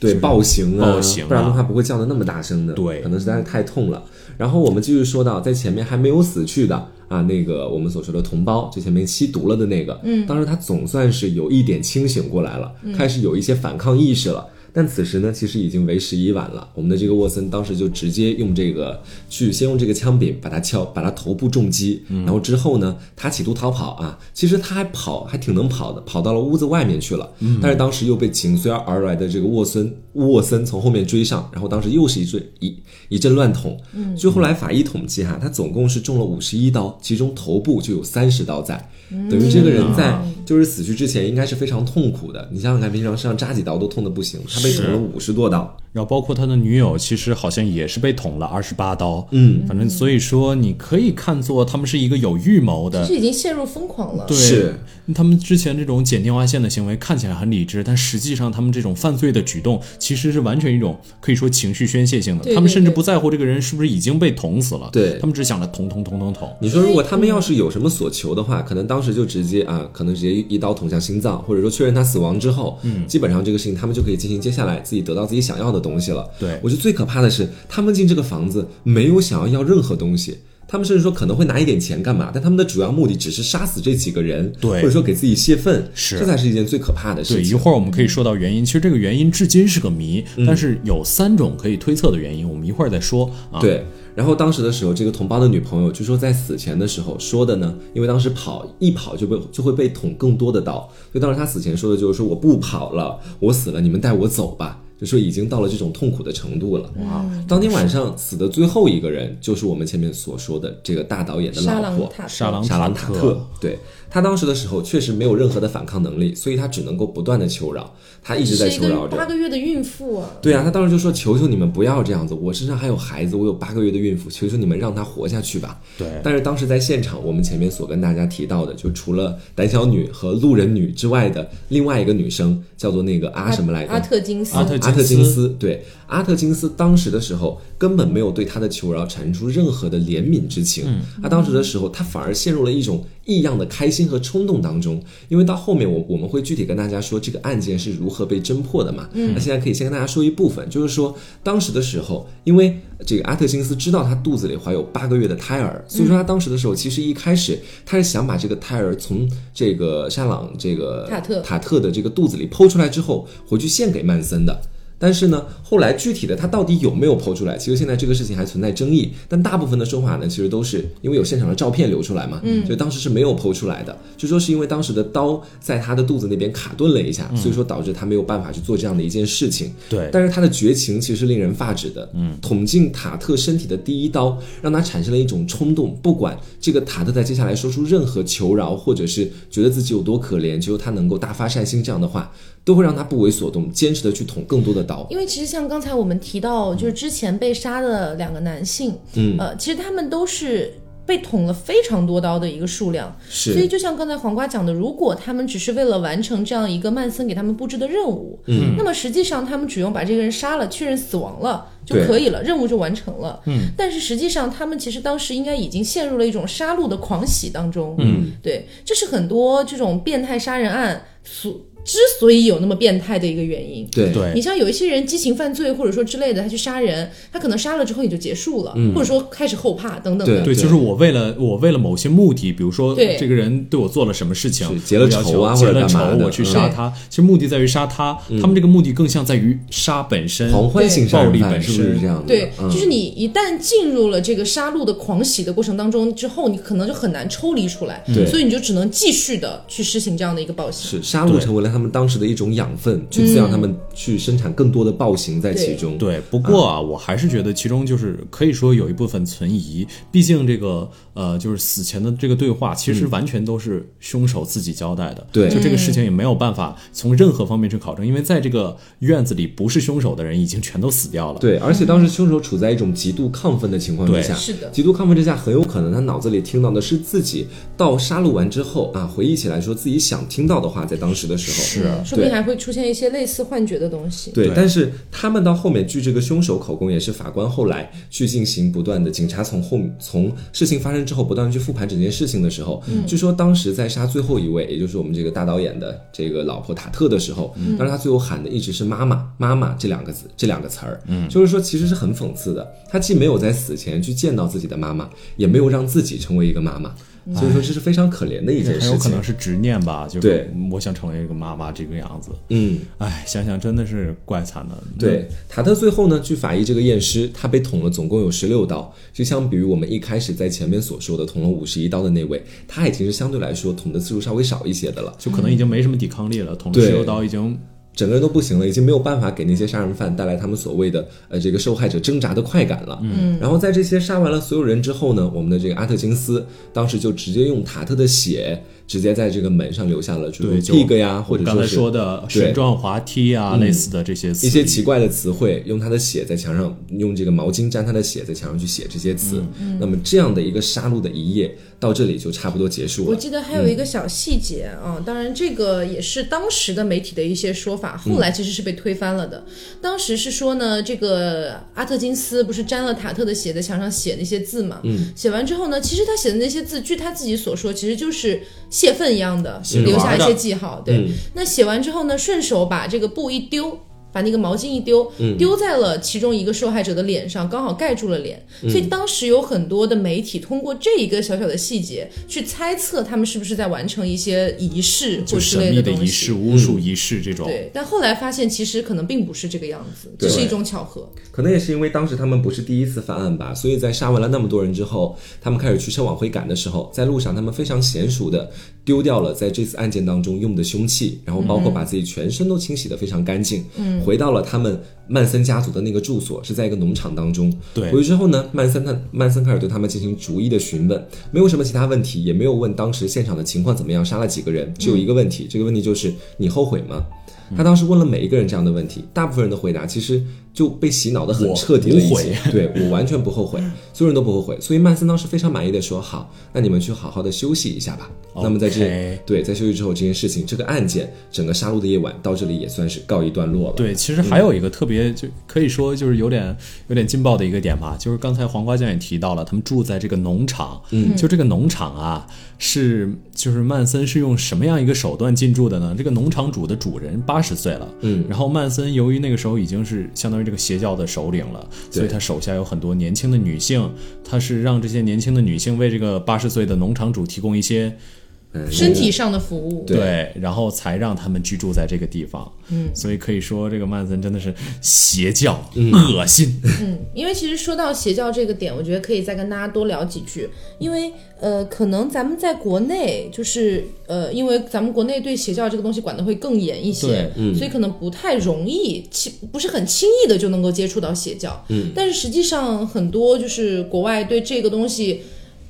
Speaker 2: 对，
Speaker 1: 就是
Speaker 2: 暴行啊，
Speaker 1: 暴行啊
Speaker 2: 不然的话不会叫的那么大声的。
Speaker 1: 对
Speaker 2: 可能实在是太痛了。然后我们继续说到，在前面还没有死去的啊，那个我们所说的同胞，就前面吸毒了的那个，嗯，当时他总算是有一点清醒过来了，开始有一些反抗意识了。但此时呢，其实已经为时已晚了。我们的这个沃森当时就直接用这个去先用这个枪柄把他敲，把他头部重击，
Speaker 1: 嗯
Speaker 2: 然后之后呢，他企图逃跑啊，其实他还跑，还挺能跑的，跑到了屋子外面去了。但是当时又被紧随而来的这个沃森沃森从后面追上，然后当时又是一阵一一阵乱捅。据后来法医统计哈，他总共是中了五十一刀，其中头部就有三十刀在，等于这个人在就是死去之前应该是非常痛苦的。你想想看，平常身上扎几刀都痛的不行，他被捅了五十多刀。
Speaker 1: 然后包括他的女友，其实好像也是被捅了二十八刀。
Speaker 2: 嗯，
Speaker 1: 反正所以说，你可以看作他们是一个有预谋的
Speaker 3: 这。已经陷入疯狂了。
Speaker 1: 对，
Speaker 2: 是
Speaker 1: 他们之前这种剪电话线的行为看起来很理智，但实际上他们这种犯罪的举动其实是完全一种可以说情绪宣泄性的。
Speaker 3: 对
Speaker 1: 他们
Speaker 3: 对
Speaker 1: 甚至
Speaker 3: 对
Speaker 1: 不在乎这个人是不是已经被捅死了，
Speaker 2: 对
Speaker 1: 他们只想着捅捅捅捅捅。
Speaker 2: 你说，如果
Speaker 1: 嗯
Speaker 2: 他们要是有什么所求的话，可能当时就直接啊，可能直接一刀捅向心脏，或者说确认他死亡之后，嗯，基本上这个事情他们就可以进行接下来自己得到自己想要的东西了。
Speaker 1: 对
Speaker 2: 我觉得最可怕的是，他们进这个房子没有想要要任何东西。他们甚至说可能会拿一点钱干嘛，但他们的主要目的只是杀死这几个人，
Speaker 1: 对
Speaker 2: 或者说给自己泄愤，
Speaker 1: 是
Speaker 2: 这才是一嗯件最可怕的
Speaker 1: 对，
Speaker 2: 事
Speaker 1: 一
Speaker 2: 情。
Speaker 1: 会儿我们可以说到原因。其实这个原因至今是个谜，但是有三种可以推测的原因，我们一会儿再说啊。
Speaker 2: 对，然后当时的时候，这个同胞的女朋友据说在死前的时候说的呢，因为当时跑一跑就被就会被捅更多的刀，所以当时她死前说的就是说我不跑了，我死了，你们带我走吧。就说已经到了这种痛苦的程度了。哇！当天晚上死的最后一个人，就是我们前面所说的这个大导演的
Speaker 3: 沙
Speaker 2: 老
Speaker 3: 朗
Speaker 2: 婆
Speaker 3: 塔特
Speaker 1: 沙朗
Speaker 2: 沙朗塔
Speaker 1: 塔
Speaker 2: 特，对他当时的时候确实没有任何的反抗能力，所以他只能够不断的求饶，他一直在
Speaker 3: 是一
Speaker 2: 求
Speaker 3: 个
Speaker 2: 饶着。
Speaker 3: 八个月的孕妇啊，
Speaker 2: 对啊，他当时就说：“求求你们不要这样子，我身上还有孩子，我有八个月的孕妇，求求你们让她活下去吧。”
Speaker 1: 对
Speaker 2: 但是当时在现场，我们前面所跟大家提到的，就除了胆小女和路人女之外的另外一个女生，叫做那个阿什么来着？
Speaker 3: 阿特金斯
Speaker 1: 阿特
Speaker 2: 阿特
Speaker 1: 金
Speaker 2: 金斯，对，阿特金斯当时的时候根本没有对他的求饶产生出任何的怜悯之情。他当时的时候，他反而陷入了一种异样的开心和冲动当中。因为到后面我我们会具体跟大家说这个案件是如何被侦破的嘛。那现在可以先跟大家说一部分，就是说当时的时候，因为这个阿特金斯知道他肚子里怀有八个月的胎儿，所以说他当时的时候，其实一开始他是想把这个胎儿从这个沙朗这个
Speaker 3: 塔特
Speaker 2: 塔特的这个肚子里剖出来之后，回去献给曼森的。但是呢，后来具体的他到底有没有剖出来，其实现在这个事情还存在争议。但大部分的说法呢，其实都是因为有现场的照片流出来嘛，嗯，所以当时是没有剖出来的。据说是因为当时的刀在他的肚子那边卡顿了一下，所以说导致他没有办法去做这样的一件事情。
Speaker 1: 对
Speaker 2: 但是他的绝情其实是令人发指的。嗯，捅进塔特身体的第一刀，让他产生了一种冲动，不管这个塔特在接下来说出任何求饶，或者是觉得自己有多可怜，只有他能够大发善心这样的话，都会让他不为所动，坚持的去捅更多的刀。
Speaker 3: 因为其实像刚才我们提到，就是之前被杀的两个男性，
Speaker 2: 嗯
Speaker 3: 呃，其实他们都是被捅了非常多刀的一个数量，
Speaker 2: 是
Speaker 3: 所以就像刚才黄瓜讲的，如果他们只是为了完成这样一个曼森给他们布置的任务，嗯，那么实际上他们只用把这个人杀了，确认死亡了就
Speaker 2: 对
Speaker 3: 可以了，任务就完成了，嗯，但是实际上他们其实当时应该已经陷入了一种杀戮的狂喜当中，嗯，对，这是很多这种变态杀人案所之所以有那么变态的一个原因，
Speaker 2: 对
Speaker 1: 对
Speaker 3: 你像有一些人激情犯罪或者说之类的，他去杀人，他可能杀了之后也就结束了，或者说开始后怕等等的。
Speaker 1: 嗯对，
Speaker 2: 对
Speaker 1: 就是我为了我为了某些目的，比如说
Speaker 3: 对
Speaker 1: 这个人对我做了什么事情
Speaker 2: 是，结了
Speaker 1: 我要求
Speaker 2: 仇啊
Speaker 1: 结
Speaker 2: 或者
Speaker 1: 了
Speaker 2: 干
Speaker 1: 仇
Speaker 2: 嘛的，
Speaker 1: 我去
Speaker 2: 嗯
Speaker 1: 杀他。其实目的在于杀他，他们这个目的更像在于杀本身。
Speaker 2: 狂欢性杀人
Speaker 1: 对
Speaker 2: 犯
Speaker 1: 暴力本
Speaker 2: 是不是
Speaker 1: 身
Speaker 2: 这样的？
Speaker 3: 对，
Speaker 2: 嗯
Speaker 3: 就是你一旦进入了这个杀戮的狂喜的过程当中之后，你可能就很难抽离出来，
Speaker 2: 对
Speaker 3: 所以你就只能继续的去施行这样的一个暴行。
Speaker 2: 是杀戮成为了他们当时的一种养分，去滋
Speaker 3: 嗯
Speaker 2: 养他们去生产更多的暴行在其中。，
Speaker 1: 对，不过啊，我还是觉得其中就是可以说有一部分存疑，毕竟这个呃，就是死前的这个对话，其实完全都是凶手自己交代的。
Speaker 2: 嗯对
Speaker 1: 就这个事情也没有办法从任何方面去考证，因为在这个院子里不是凶手的人已经全都死掉了。
Speaker 2: 对，而且当时凶手处在一种极度亢奋的情况之
Speaker 1: 对
Speaker 2: 下，
Speaker 3: 是的
Speaker 2: 极度亢奋之下，很有可能他脑子里听到的是自己到杀戮完之后啊，回忆起来说自己想听到的话，在当时的时候
Speaker 1: 是啊
Speaker 3: 嗯说不定
Speaker 2: 啊对
Speaker 3: 还会出现一些类似幻觉的东西。
Speaker 2: 对
Speaker 1: 对，
Speaker 2: 但是他们到后面据这个凶手口供，也是法官后来去进行不断的警察从后从事情发生之后不断地去复盘整件事情的时候，据说当时在杀最后一位，也就是我们这个大导演的这个老婆塔特的时候，当时他最后喊的一直是妈妈妈妈这两个字这两个词儿，嗯，就是说其实是很讽刺的，他既没有在死前去见到自己的妈妈，也没有让自己成为一个妈妈，所以说这是非常可怜的一件
Speaker 1: 很
Speaker 2: 事
Speaker 1: 有可
Speaker 2: 情
Speaker 1: 能，是执念吧，就是
Speaker 2: 对
Speaker 1: 我想成为一个妈妈这个样子。
Speaker 2: 嗯。
Speaker 1: 哎，想想真的是怪惨的。
Speaker 2: 对，塔特最后呢，据法医这个验尸，他被捅了总共有十六刀，就相比于我们一开始在前面所说的捅了五十一刀的那位，他已经是相对来说捅的次数稍微少一些的了，
Speaker 1: 就可能已经没什么抵抗力了，捅了
Speaker 2: 对
Speaker 1: 十六刀已经
Speaker 2: 整个人都不行了，已经没有办法给那些杀人犯带来他们所谓的呃这个受害者挣扎的快感了。嗯，然后在这些杀完了所有人之后呢，我们的这个阿特金斯当时就直接用塔特的血直接在这个门上留下了，就
Speaker 1: 对
Speaker 2: 是
Speaker 1: 就
Speaker 2: pig 呀，或
Speaker 1: 我
Speaker 2: 者
Speaker 1: 刚才
Speaker 2: 是
Speaker 1: 说的
Speaker 2: 对嗯
Speaker 1: 旋转滑梯啊，类似的这些词
Speaker 2: 一些奇怪的词汇，用他的血在墙上，用这个毛巾沾他的血在墙上去写这些词。那么这样的一个杀戮的一夜到这里就差不多结束
Speaker 3: 我
Speaker 2: 了。嗯
Speaker 3: 记得还有一个小细节啊、当然这个也是当时的媒体的一些说法，后来其实是被推翻了的。当时是说呢，这个阿特金斯不是沾了塔特的血，在墙上写那些字嘛？嗯，写完之后呢，其实他写的那些字，据他自己所说，其实就是泄愤一样的，
Speaker 1: 着
Speaker 3: 留下
Speaker 1: 玩
Speaker 3: 一
Speaker 1: 的
Speaker 3: 些记号。对，
Speaker 2: 嗯
Speaker 3: 那写完之后呢，顺手把这个布一丢。把那个毛巾一丢，
Speaker 1: 嗯
Speaker 3: 丢在了其中一个受害者的脸上，刚好盖住了脸。所
Speaker 1: 嗯
Speaker 3: 以当时有很多的媒体通过这一个小小的细节，去猜测他们是不是在完成一些仪式或
Speaker 1: 就
Speaker 3: 之
Speaker 1: 神
Speaker 3: 类
Speaker 1: 秘的
Speaker 3: 东
Speaker 1: 仪
Speaker 3: 西
Speaker 1: 式、。
Speaker 2: 嗯
Speaker 1: 巫术仪式这种。
Speaker 3: 对，但后来发现其实可能并不是这个样子，只
Speaker 2: 对
Speaker 3: 是一种巧合。
Speaker 2: 可能也是因为当时他们不是第一次犯案吧，所以在杀完了那么多人之后，他们开始驱车往回赶的时候，在路上他们非常娴熟的丢掉了在这次案件当中用的凶器，然后包括把自己全身都清洗的非常干净，嗯，回到了他们曼森家族的那个住所，是在一个农场当中。
Speaker 1: 对
Speaker 2: 回去之后呢，曼森他曼森开始对他们进行逐一的询问，没有什么其他问题，也没有问当时现场的情况怎么样，杀了几个人，只有一个问题，这个问题就是你后悔吗？他当时问了每一个人这样的问题，大部分人的回答其实就被洗脑的很
Speaker 1: 我
Speaker 2: 彻底了一
Speaker 1: 不
Speaker 2: 些
Speaker 1: 悔。
Speaker 2: 对我完全不后悔，所有人都不后悔。所以曼森当时非常满意的说：“好，那你们去好好的休息一下吧。”那么在这
Speaker 1: OK
Speaker 2: 对在休息之后，这件事情这个案件整个杀戮的夜晚到这里也算是告一段落了。嗯
Speaker 1: 对，其实还有一个特别，就可以说就是有点有点劲爆的一个点吧，就是刚才黄瓜酱也提到了，他们住在这个农场，嗯，就这个农场啊，是就是曼森是用什么样一个手段进驻的呢？这个农场主的主人八十岁了，
Speaker 2: 嗯，
Speaker 1: 然后曼森由于那个时候已经是相当于这个邪教的首领了，所以他手下有很多年轻的女性，他是让这些年轻的女性为这个八十岁的农场主提供一些。
Speaker 2: 嗯
Speaker 3: 身体上的服务。
Speaker 2: 对
Speaker 1: 对，然后才让他们居住在这个地方。嗯，所以可以说这个曼森真的是邪教、恶心。
Speaker 3: 嗯，因为其实说到邪教这个点，我觉得可以再跟大家多聊几句，因为呃，可能咱们在国内就是呃，因为咱们国内对邪教这个东西管得会更严一些
Speaker 1: 对，
Speaker 3: 所以可能不太容易，轻不是很轻易的就能够接触到邪教。嗯，但是实际上很多就是国外对这个东西。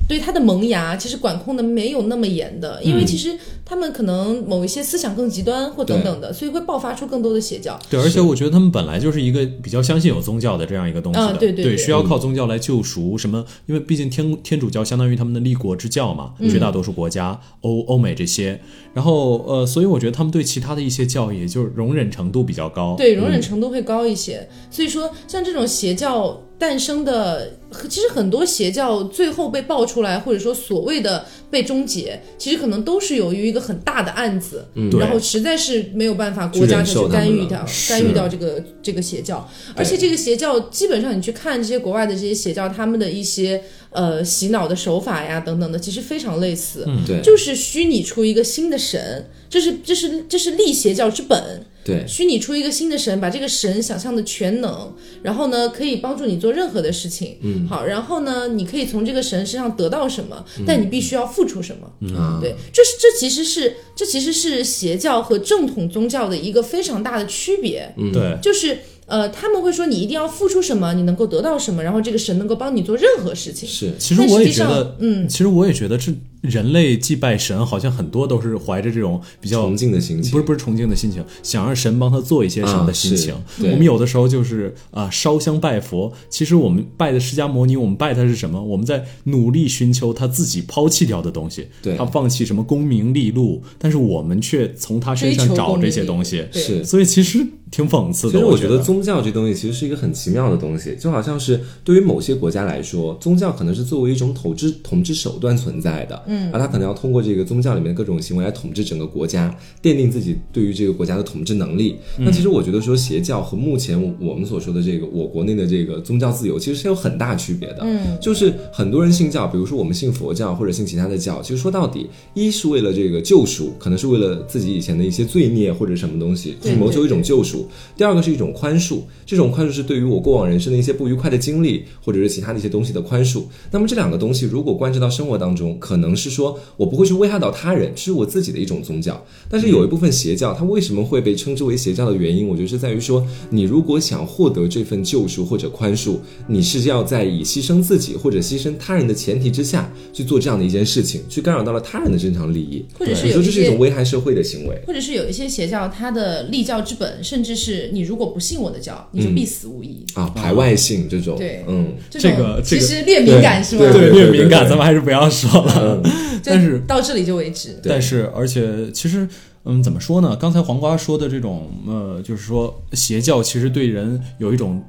Speaker 3: 对它的萌芽，其实管控的没有那么严的，因为其实他们可能某一些思想更极端或等等的，所以会爆发出更多的邪教。
Speaker 1: 对，而且我觉得他们本来就是一个比较相信有宗教的这样一个东西的，
Speaker 3: 啊对对对
Speaker 1: 需要靠宗教来救赎什么？因为毕竟天天主教相当于他们的立国之教嘛，绝大多数国家、欧欧美这些，然后呃，所以我觉得他们对其他的一些教义就是容忍程度比较高。
Speaker 3: 对，
Speaker 2: 嗯
Speaker 3: 容忍程度会高一些。所以说，像这种邪教诞生的，其实很多邪教最后被爆出来，或者说所谓的被终结，其实可能都是由于一个很大的案子，
Speaker 1: 对
Speaker 3: 然后实在是没有办法国家去干
Speaker 2: 嗯
Speaker 3: 预
Speaker 2: 去忍受他们
Speaker 3: 掉
Speaker 2: 了
Speaker 3: 干预掉这个这个邪教，而且这个邪教基本上你去看这些国外的这些邪教，他们的一些呃洗脑的手法呀等等的，其实非常类似。嗯
Speaker 2: 对
Speaker 3: 就是虚拟出一个新的神，这是这是这是立邪教之本。
Speaker 2: 对，
Speaker 3: 虚拟出一个新的神，把这个神想象的全能，然后呢，可以帮助你做任何的事情。嗯，好，然后呢，你可以从这个神身上得到什么，但你必须要付出什么。
Speaker 2: 啊
Speaker 3: 对，这是这其实是这其实是邪教和正统宗教的一个非常大的区别。嗯，
Speaker 1: 对
Speaker 3: 就是呃，他们会说你一定要付出什么，你能够得到什么，然后这个神能够帮你做任何事情。
Speaker 2: 是
Speaker 1: 其实我也觉
Speaker 3: 但实际
Speaker 1: 得
Speaker 3: 上，嗯
Speaker 1: 其实我也觉得这人类祭拜神好像很多都是怀着这种比较
Speaker 2: 崇敬的心情，
Speaker 1: 不是不是崇敬的心情，想让神帮他做一些什么的心情。
Speaker 2: 啊是对
Speaker 1: 我们有的时候就是啊、烧香拜佛。其实我们拜的释迦摩尼，我们拜他是什么？我们在努力寻求他自己抛弃掉的东西。
Speaker 2: 对
Speaker 1: 他放弃什么功名利禄，但是我们却从他身上
Speaker 3: 追求
Speaker 1: 找
Speaker 3: 功
Speaker 1: 这
Speaker 3: 利
Speaker 1: 些东西。
Speaker 3: 对
Speaker 2: 是
Speaker 1: 所以其实挺讽刺
Speaker 2: 其
Speaker 1: 的，
Speaker 2: 实
Speaker 1: 我
Speaker 2: 我觉得宗教这东西其实是一个很奇妙的东西，就好像是对于某些国家来说，宗教可能是作为一种统治统治手段存在的，嗯，而他可能要通过这个宗教里面的各种行为来统治整个国家，奠定自己对于这个国家的统治能力。那其实我觉得说邪教和目前我们所说的这个我国内的这个宗教自由其实是有很大区别的，嗯，就是很多人信教，比如说我们信佛教或者信其他的教，其实说到底，一是为了这个救赎，可能是为了自己以前的一些罪孽或者什么东西，
Speaker 3: 对
Speaker 2: 去谋求一
Speaker 3: 对
Speaker 2: 种救赎；第二个是一种宽恕，这种宽恕是对于我过往人生的一些不愉快的经历，或者是其他的一些东西的宽恕。那么这两个东西如果贯彻到生活当中，可能是说我不会去危害到他人，这是我自己的一种宗教。但是有一部分邪教，它为什么会被称之为邪教的原因，我觉得是在于说，你如果想获得这份救赎或者宽恕，你是要在以牺牲自己或者牺牲他人的前提之下去做这样的一件事情，去干扰到了他人的正常利益。
Speaker 3: 或者是
Speaker 2: 你
Speaker 3: 有
Speaker 2: 说
Speaker 3: 一
Speaker 2: 这是一
Speaker 3: 些
Speaker 2: 种危害社会的行为。
Speaker 3: 或者是有一些邪教，它的立教之本，甚至是你如果不信我的教，你就必死无疑。
Speaker 2: 啊，排外性这种，
Speaker 3: 嗯对
Speaker 2: 嗯，
Speaker 3: 种
Speaker 1: 这个这
Speaker 3: 其
Speaker 1: 个
Speaker 3: 实略敏感是吧？
Speaker 2: 对
Speaker 1: 对
Speaker 2: 对
Speaker 1: 越敏感，
Speaker 2: 对嗯
Speaker 1: 咱们还是不要说了。
Speaker 3: 就
Speaker 1: 但是
Speaker 3: 到这里就为止。
Speaker 2: 对
Speaker 1: 但是，而且其实，嗯，怎么说呢？刚才黄瓜说的这种，呃，就是说邪教其实对人有一种，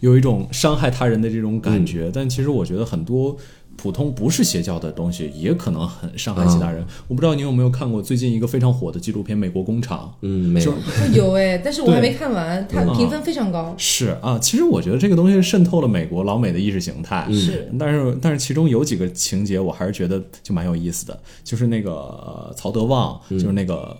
Speaker 1: 有一种伤害他人的这种感
Speaker 2: 嗯
Speaker 1: 觉。但其实我觉得很多普通不是邪教的东西，也可能很伤害其他人。
Speaker 2: 嗯
Speaker 1: 我不知道你有没有看过最近一个非常火的纪录片《美国工厂》。
Speaker 2: 嗯，没有
Speaker 1: 就，
Speaker 3: 哦有哎，但是我还
Speaker 1: 对
Speaker 3: 没看完，它评分非常高。
Speaker 1: 是啊，其实我觉得这个东西渗透了美国老美的意识形态。嗯
Speaker 3: 是，
Speaker 1: 但是但是其中有几个情节，我还是觉得就蛮有意思的，就是那个、呃曹德旺，就是那个、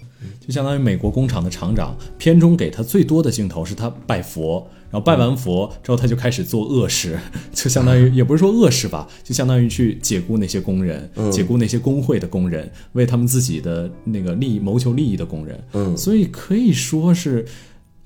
Speaker 1: 就相当于美国工厂的厂长，片中给他最多的镜头是他拜佛。然后拜完佛之后，他就开始做恶事， *laughs* 就相当于也不是说恶事吧，就相当于去解雇那些工人，解雇那些工会的工人，为他们自己的那个利益谋求利益的工人。
Speaker 2: 嗯
Speaker 1: 所以可以说是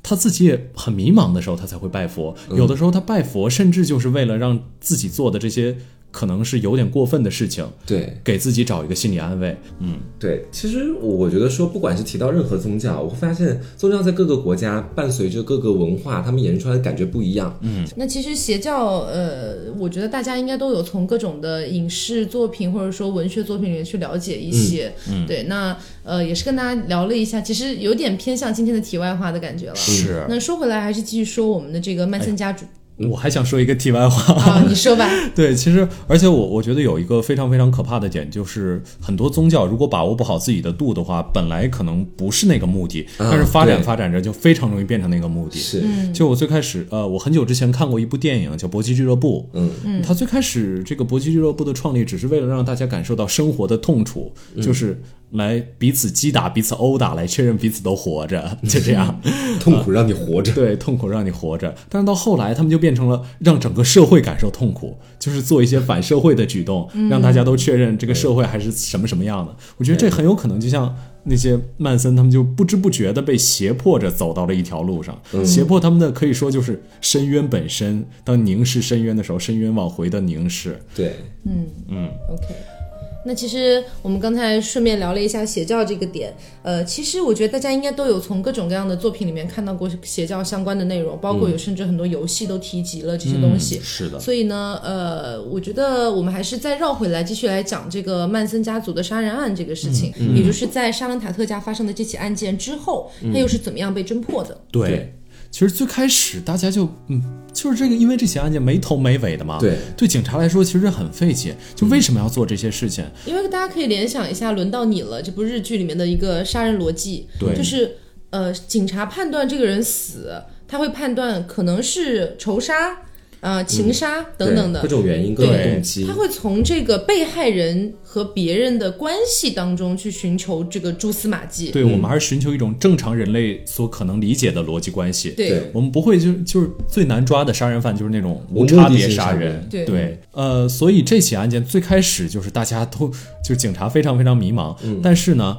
Speaker 1: 他自己也很迷茫的时候，他才会拜佛。有的时候他拜佛，甚至就是为了让自己做的这些可能是有点过分的事情，
Speaker 2: 对
Speaker 1: 给自己找一个心理安慰。嗯，
Speaker 2: 对。其实我觉得说，不管是提到任何宗教，我会发现宗教在各个国家伴随着各个文化，他们衍生出来的感觉不一样。嗯，
Speaker 3: 那其实邪教，呃，我觉得大家应该都有从各种的影视作品或者说文学作品里面去了解一些。嗯，对，那呃也是跟大家聊了一下，其实有点偏向今天的题外话的感觉了。
Speaker 1: 是
Speaker 3: 那说回来，还是继续说我们的这个曼森家族。
Speaker 1: 我还想说一个题外话
Speaker 3: 啊，你说吧。
Speaker 1: *laughs* 对，其实而且我我觉得有一个非常非常可怕的点，就是很多宗教如果把握不好自己的度的话，本来可能不是那个目的，
Speaker 2: 啊
Speaker 1: 但是发展
Speaker 2: 对
Speaker 1: 发展着就非常容易变成那个目的。
Speaker 2: 是，
Speaker 1: 就我最开始，呃，我很久之前看过一部电影叫《搏击俱乐部》，
Speaker 2: 嗯
Speaker 1: 嗯，它最开始这个搏击俱乐部的创立，只是为了让大家感受到生活的痛楚，
Speaker 2: 嗯
Speaker 1: 就是来彼此击打、彼此殴打，来确认彼此都活着，就这
Speaker 2: *laughs*
Speaker 1: 样。
Speaker 2: 痛苦让你活着。
Speaker 1: 对，痛苦让你活着。但是到后来，他们就变成了让整个社会感受痛苦，就是做一些反社会的举动，让大家都确认这个社会还是什么什么样的。我觉得这很有可能就像那些曼森他们就不知不觉的被胁迫着走到了一条路上，胁迫他们的可以说就是深渊本身。当凝视深渊的时候，深渊往回的凝视。
Speaker 2: 对，
Speaker 3: OK，那其实我们刚才顺便聊了一下邪教这个点，呃，其实我觉得大家应该都有从各种各样的作品里面看到过邪教相关的内容，包括有甚至很多游戏都提及了这些东西。
Speaker 1: 嗯是的，
Speaker 3: 所以呢，呃，我觉得我们还是再绕回来继续来讲这个曼森家族的杀人案这个事情，
Speaker 1: 嗯
Speaker 3: 也就是在沙文塔特家发生的这起案件之后，他又是怎么样被侦破的？
Speaker 1: 对。其实最开始大家就嗯，就是这个，因为这起案件没头没尾的嘛。
Speaker 2: 对
Speaker 1: 对嗯警察来说其实很费解，就为什么要做这些事情？
Speaker 3: 因为大家可以联想一下，《轮到你了》这部日剧里面的一个杀人逻辑，
Speaker 1: 对
Speaker 3: 就是呃，警察判断这个人死，他会判断可能是仇杀、呃情杀等等
Speaker 2: 嗯对各
Speaker 3: 的。
Speaker 2: 种原因，各种
Speaker 1: 对
Speaker 2: 动机
Speaker 3: 他。会从这个被害人和别人的关系当中去寻求这个蛛丝马迹。
Speaker 1: 对，我
Speaker 2: 嗯
Speaker 1: 们还是寻求一种正常人类所可能理解的逻辑关系。
Speaker 3: 对
Speaker 2: 对
Speaker 1: 我们不会就就是最难抓的杀人犯就是那种
Speaker 2: 无
Speaker 1: 无
Speaker 2: 目的
Speaker 1: 差别
Speaker 2: 性杀
Speaker 1: 杀
Speaker 2: 人
Speaker 1: 人，
Speaker 3: 对
Speaker 1: 呃，所以这起案件最开始就是大家都就警察非常非常迷茫，
Speaker 2: 嗯
Speaker 1: 但是呢，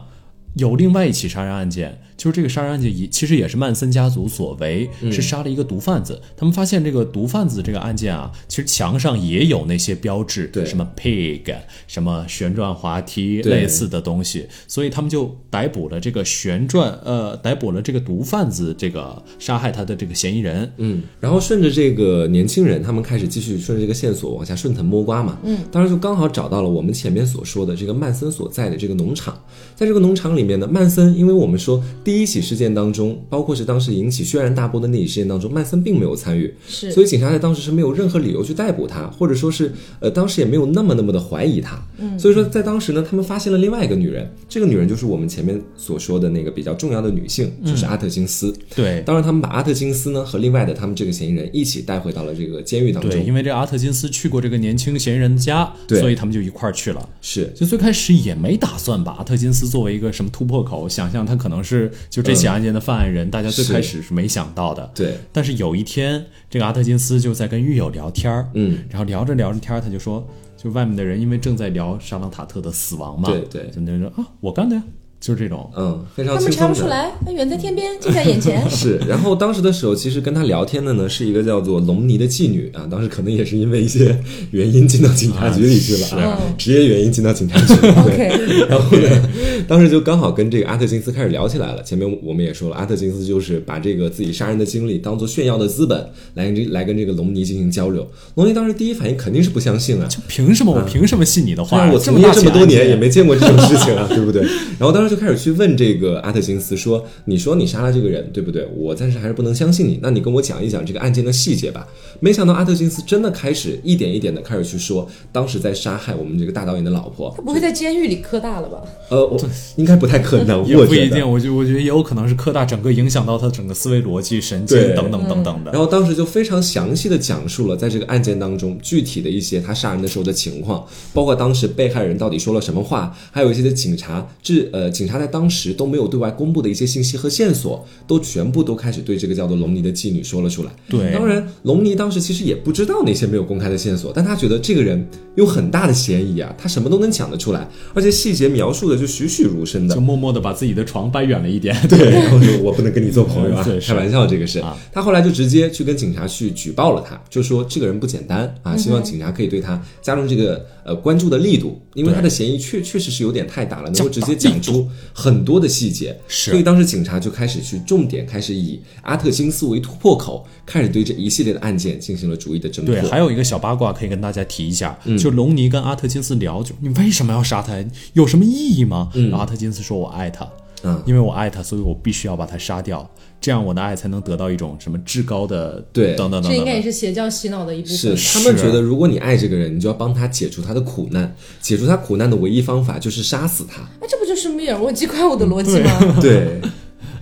Speaker 1: 有另外一起杀人案件，就是这个杀人案件也其实也是曼森家族所为，
Speaker 2: 嗯
Speaker 1: 是杀了一个毒贩子。他们发现这个毒贩子这个案件啊，其实墙上也有那些标志，
Speaker 2: 对
Speaker 1: 什么 pig，什么旋转滑梯
Speaker 2: 对
Speaker 1: 类似的东西，所以他们就逮捕了这个旋转呃，逮捕了这个毒贩子这个杀害他的这个嫌疑人。
Speaker 2: 嗯，然后顺着这个年轻人，他们开始继续顺着这个线索往下顺藤摸瓜嘛。嗯，当时就刚好找到了我们前面所说的这个曼森所在的这个农场。在这个农场里面呢，曼森，因为我们说第一起事件当中，包括是当时引起轩然大波的那起事件当中，曼森并没有参与，
Speaker 3: 是
Speaker 2: 所以警察在当时是没有任何理由去逮捕他，或者说是呃，当时也没有那么那么的怀疑他。嗯，所以说在当时呢，他们发现了另外一个女人，这个女人就是我们前面所说的那个比较重要的女性，就是阿特金斯。
Speaker 1: 对
Speaker 2: 当然，他们把阿特金斯呢和另外的他们这个嫌疑人一起带回到了这个监狱当
Speaker 1: 对，
Speaker 2: 中。
Speaker 1: 因为这阿特金斯去过这个年轻嫌疑人的家，
Speaker 2: 对
Speaker 1: 所以他们就一块儿去了。
Speaker 2: 是，
Speaker 1: 就最开始也没打算把阿特金斯作为一个什么突破口，想象他可能是就这起案件的犯案人，大家最
Speaker 2: 嗯是
Speaker 1: 开始是没想到的。
Speaker 2: 对，
Speaker 1: 但是有一天，这个阿特金斯就在跟狱友聊天儿，
Speaker 2: 嗯，
Speaker 1: 然后聊着聊着天儿，他就说，就外面的人因为正在聊沙朗塔特的死亡嘛，
Speaker 2: 对对
Speaker 1: 就那人说啊，我干的呀，就是这种，
Speaker 2: 嗯，非常
Speaker 3: 他们
Speaker 2: 轻
Speaker 3: 查
Speaker 2: 松
Speaker 3: 不出
Speaker 2: 的。。
Speaker 3: 来，哎他远在天边，近在眼前
Speaker 2: *laughs* 是，然后当时的时候，其实跟他聊天的呢是一个叫做龙尼的妓女啊，当时可能也是因为一些原因进到警察局里去了
Speaker 3: *laughs*
Speaker 2: 啊，
Speaker 3: 嗯
Speaker 2: 职业原因进到警察局了。对
Speaker 3: *laughs*
Speaker 2: *laughs*
Speaker 3: OK，
Speaker 2: 然后呢，当时就刚好跟这个阿特金斯开始聊起来了。前面我们也说了，阿特金斯就是把这个自己杀人的经历当做炫耀的资本，来跟这来跟这个龙尼进行交流。龙尼当时第一反应肯定是不相信啊，
Speaker 1: 就凭什么我凭什么信你的话
Speaker 2: 但
Speaker 1: 呀？
Speaker 2: 是我
Speaker 1: 这
Speaker 2: 从
Speaker 1: 么
Speaker 2: 业
Speaker 1: 大
Speaker 2: 这么
Speaker 1: 起
Speaker 2: 多
Speaker 1: 案
Speaker 2: 年
Speaker 1: 件
Speaker 2: 也没见过这种事情啊， *laughs* 对不对？然后当时就开始去问这个阿特金斯说：“你说你杀了这个人，对不对？我暂时还是不能相信你，那你跟我讲一讲这个案件的细节吧。”没想到阿特金斯真的开始一点一点的开始去说，当时在杀害我们这个大导演的老婆
Speaker 3: 他。不会在监狱里磕大了吧？
Speaker 2: 呃，我应该不太可能，
Speaker 1: *laughs* 也
Speaker 2: 我
Speaker 1: 不
Speaker 2: 觉
Speaker 1: 一
Speaker 2: 得
Speaker 1: 定，。我觉我觉得也有可能是科大整个影响到他整个思维逻辑、神经
Speaker 2: 对嗯
Speaker 1: 等等等等的。
Speaker 2: 然后当时就非常详细的讲述了在这个案件当中具体的一些他杀人的时候的情况，包括当时被害人到底说了什么话，还有一些的警察至呃警察在当时都没有对外公布的一些信息和线索，都全部都开始对这个叫做龙尼的妓女说了出来。
Speaker 1: 对
Speaker 2: 当然龙尼当时其实也不知道那些没有公开的线索，但他觉得这个人有很大的嫌疑啊，他什么都能讲得出来，而且细节描述的就栩栩如生的
Speaker 1: 就。默默的把自己的床掰远了一点。，
Speaker 2: *laughs* 对，然后就我不能跟你做朋友啊
Speaker 1: 对是啊
Speaker 2: 开玩笑这个是。他后来就直接去跟警察去举报了他，就说这个人不简单
Speaker 1: 嗯
Speaker 2: 啊，希望警察可以对他加重这个呃关注的力度，因为他的嫌疑确确实是有点太大了，能够直接讲出很多的细节。
Speaker 1: 是
Speaker 2: 所以当时警察就开始去重点开始以阿特金斯为突破口，开始对这一系列的案件进行了逐一的嗯侦破。
Speaker 1: 对，还有一个小八卦可以跟大家提一下，就龙尼跟阿特金斯聊，就你为什么要杀他？有什么意义吗？然后阿特金斯说：“我爱他。”
Speaker 2: 嗯
Speaker 1: 因为我爱他，所以我必须要把他杀掉，这样我的爱才能得到一种什么至高的
Speaker 2: 对
Speaker 1: 等等等
Speaker 3: 这应
Speaker 1: 等
Speaker 3: 该也
Speaker 1: 的。
Speaker 3: 是邪教洗脑的一部
Speaker 2: 是
Speaker 3: 分。
Speaker 2: 他们
Speaker 1: 是
Speaker 2: 觉得，如果你爱这个人，你就要帮他解除他的苦难，解除他苦难的唯一方法就是杀死
Speaker 1: *laughs*
Speaker 2: 他。
Speaker 3: 哎，这不就是密尔沃基怪物的逻辑吗？
Speaker 2: 对，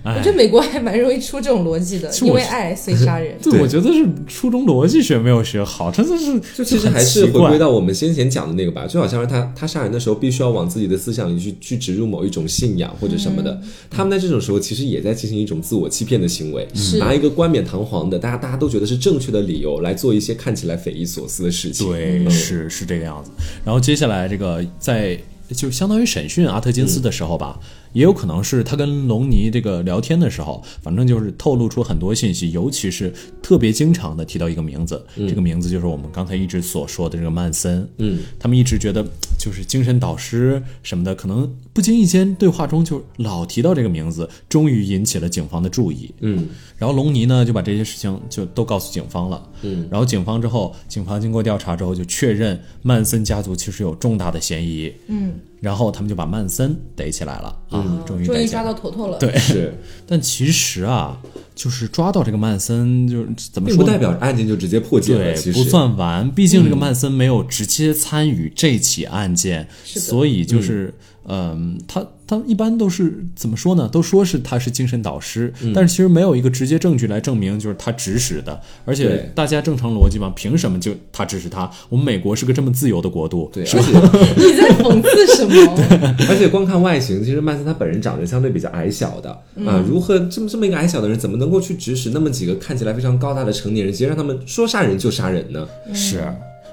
Speaker 3: 我觉得美国还蛮容易出这种逻辑的，
Speaker 1: 其实
Speaker 3: 因
Speaker 1: 哎我
Speaker 3: 为爱所以杀人。
Speaker 1: 对，
Speaker 2: 对
Speaker 1: 我觉得是初中逻辑学没有学好，真的是
Speaker 2: 就其实
Speaker 1: 很
Speaker 2: 还是
Speaker 1: 奇
Speaker 2: 回
Speaker 1: 怪
Speaker 2: 归到我们先前讲的那个吧，就好像是他他杀人的时候，必须要往自己的思想里去去植入某一种信仰或者什么的。
Speaker 1: 嗯
Speaker 2: 他们在这种时候，其实也在进行一种自我欺骗的行为，
Speaker 1: 嗯
Speaker 3: 是
Speaker 2: 拿一个冠冕堂皇的，大家大家都觉得是正确的理由来做一些看起来匪夷所思的事情。嗯
Speaker 1: 对，是是这个样子。然后接下来这个在就相当于审讯阿特金
Speaker 2: 嗯
Speaker 1: 斯的时候吧，也有可能是他跟龙尼这个聊天的时候，反正就是透露出很多信息，尤其是特别经常的提到一个名字，这个名字就是我们刚才一直所说的这个曼森。
Speaker 2: 嗯，
Speaker 1: 他们一直觉得就是精神导师什么的，可能不经意间对话中就老提到这个名字，终于引起了警方的注意。
Speaker 2: 嗯
Speaker 1: 然后龙尼呢就把这些事情就都告诉警方了。
Speaker 2: 嗯，
Speaker 1: 然后警方之后，警方经过调查之后就确认曼森家族其实有重大的嫌疑。
Speaker 3: 嗯，
Speaker 1: 然后他们就把曼森逮起来了啊，
Speaker 2: 嗯
Speaker 1: 终于
Speaker 3: 终
Speaker 1: 逮
Speaker 3: 于
Speaker 1: 起来
Speaker 3: 抓
Speaker 1: 了。
Speaker 3: 到头头了。
Speaker 1: 对，
Speaker 2: 是，
Speaker 1: 但其实啊，就是抓到这个曼森，就是怎么
Speaker 2: 并
Speaker 1: 说
Speaker 2: 不
Speaker 1: 呢？
Speaker 2: 代表案件就直接破解了，
Speaker 1: 对
Speaker 2: 其，实
Speaker 1: 不算完，毕竟这个
Speaker 3: 嗯
Speaker 1: 曼森没有直接参与这起案件，
Speaker 3: 是的
Speaker 1: 所以就是，嗯，他他一般都是怎么说呢？都说是他是精神导师，
Speaker 2: 嗯
Speaker 1: 但是其实没有一个直接证据来证明就是他指使的，而且
Speaker 2: 对
Speaker 1: 大家正常逻辑嘛，凭什么就他指使他？我们美国是个这么自由的国度，
Speaker 2: 对，
Speaker 1: 是
Speaker 2: 而
Speaker 1: 吧
Speaker 2: 且
Speaker 3: *laughs* 你在讽
Speaker 1: *laughs*
Speaker 3: 刺什么？
Speaker 2: *laughs* 而且光看外形，其实曼森他本人长得相对比较矮小的啊、
Speaker 1: 嗯
Speaker 2: 如何这么这么一个矮小的人，怎么能够去指使那么几个看起来非常高大的成年人，直接让他们说杀人就杀人呢？
Speaker 1: 是，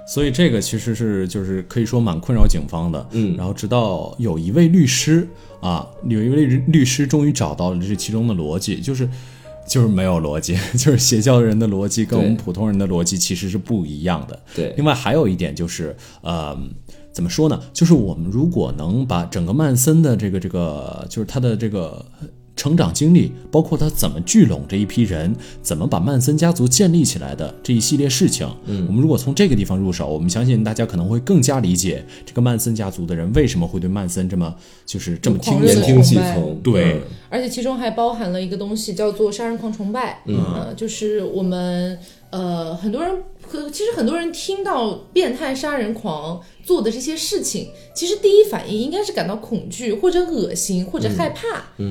Speaker 1: 所以这个其实是就是可以说蛮困扰警方的。
Speaker 2: 嗯
Speaker 1: 然后直到有一位律师啊，有一位律律师终于找到了这其中的逻辑，就是。就是没有逻辑， *laughs* 就是邪教人的逻辑跟我们
Speaker 2: 对
Speaker 1: 普通人的逻辑其实是不一样的。
Speaker 2: 对
Speaker 1: 另外还有一点就是，呃，怎么说呢？就是我们如果能把整个曼森的这个这个，就是他的这个成长经历，包括他怎么聚拢这一批人，怎么把曼森家族建立起来的这一系列事情，嗯，我们如果从这个地方入手，我们相信大家可能会更加理解这个曼森家族的人为什么会对曼森这么就是这么听
Speaker 3: 狂热
Speaker 2: 言
Speaker 3: 的
Speaker 1: 从。
Speaker 2: 听计从，
Speaker 1: 对
Speaker 3: 而且其中还包含了一个东西，叫做杀人狂崇拜。嗯、就是我们呃很多人，可其实很多人听到变态杀人狂做的这些事情，其实第一反应应该是感到恐惧或者恶心或
Speaker 1: 嗯
Speaker 3: 者害怕。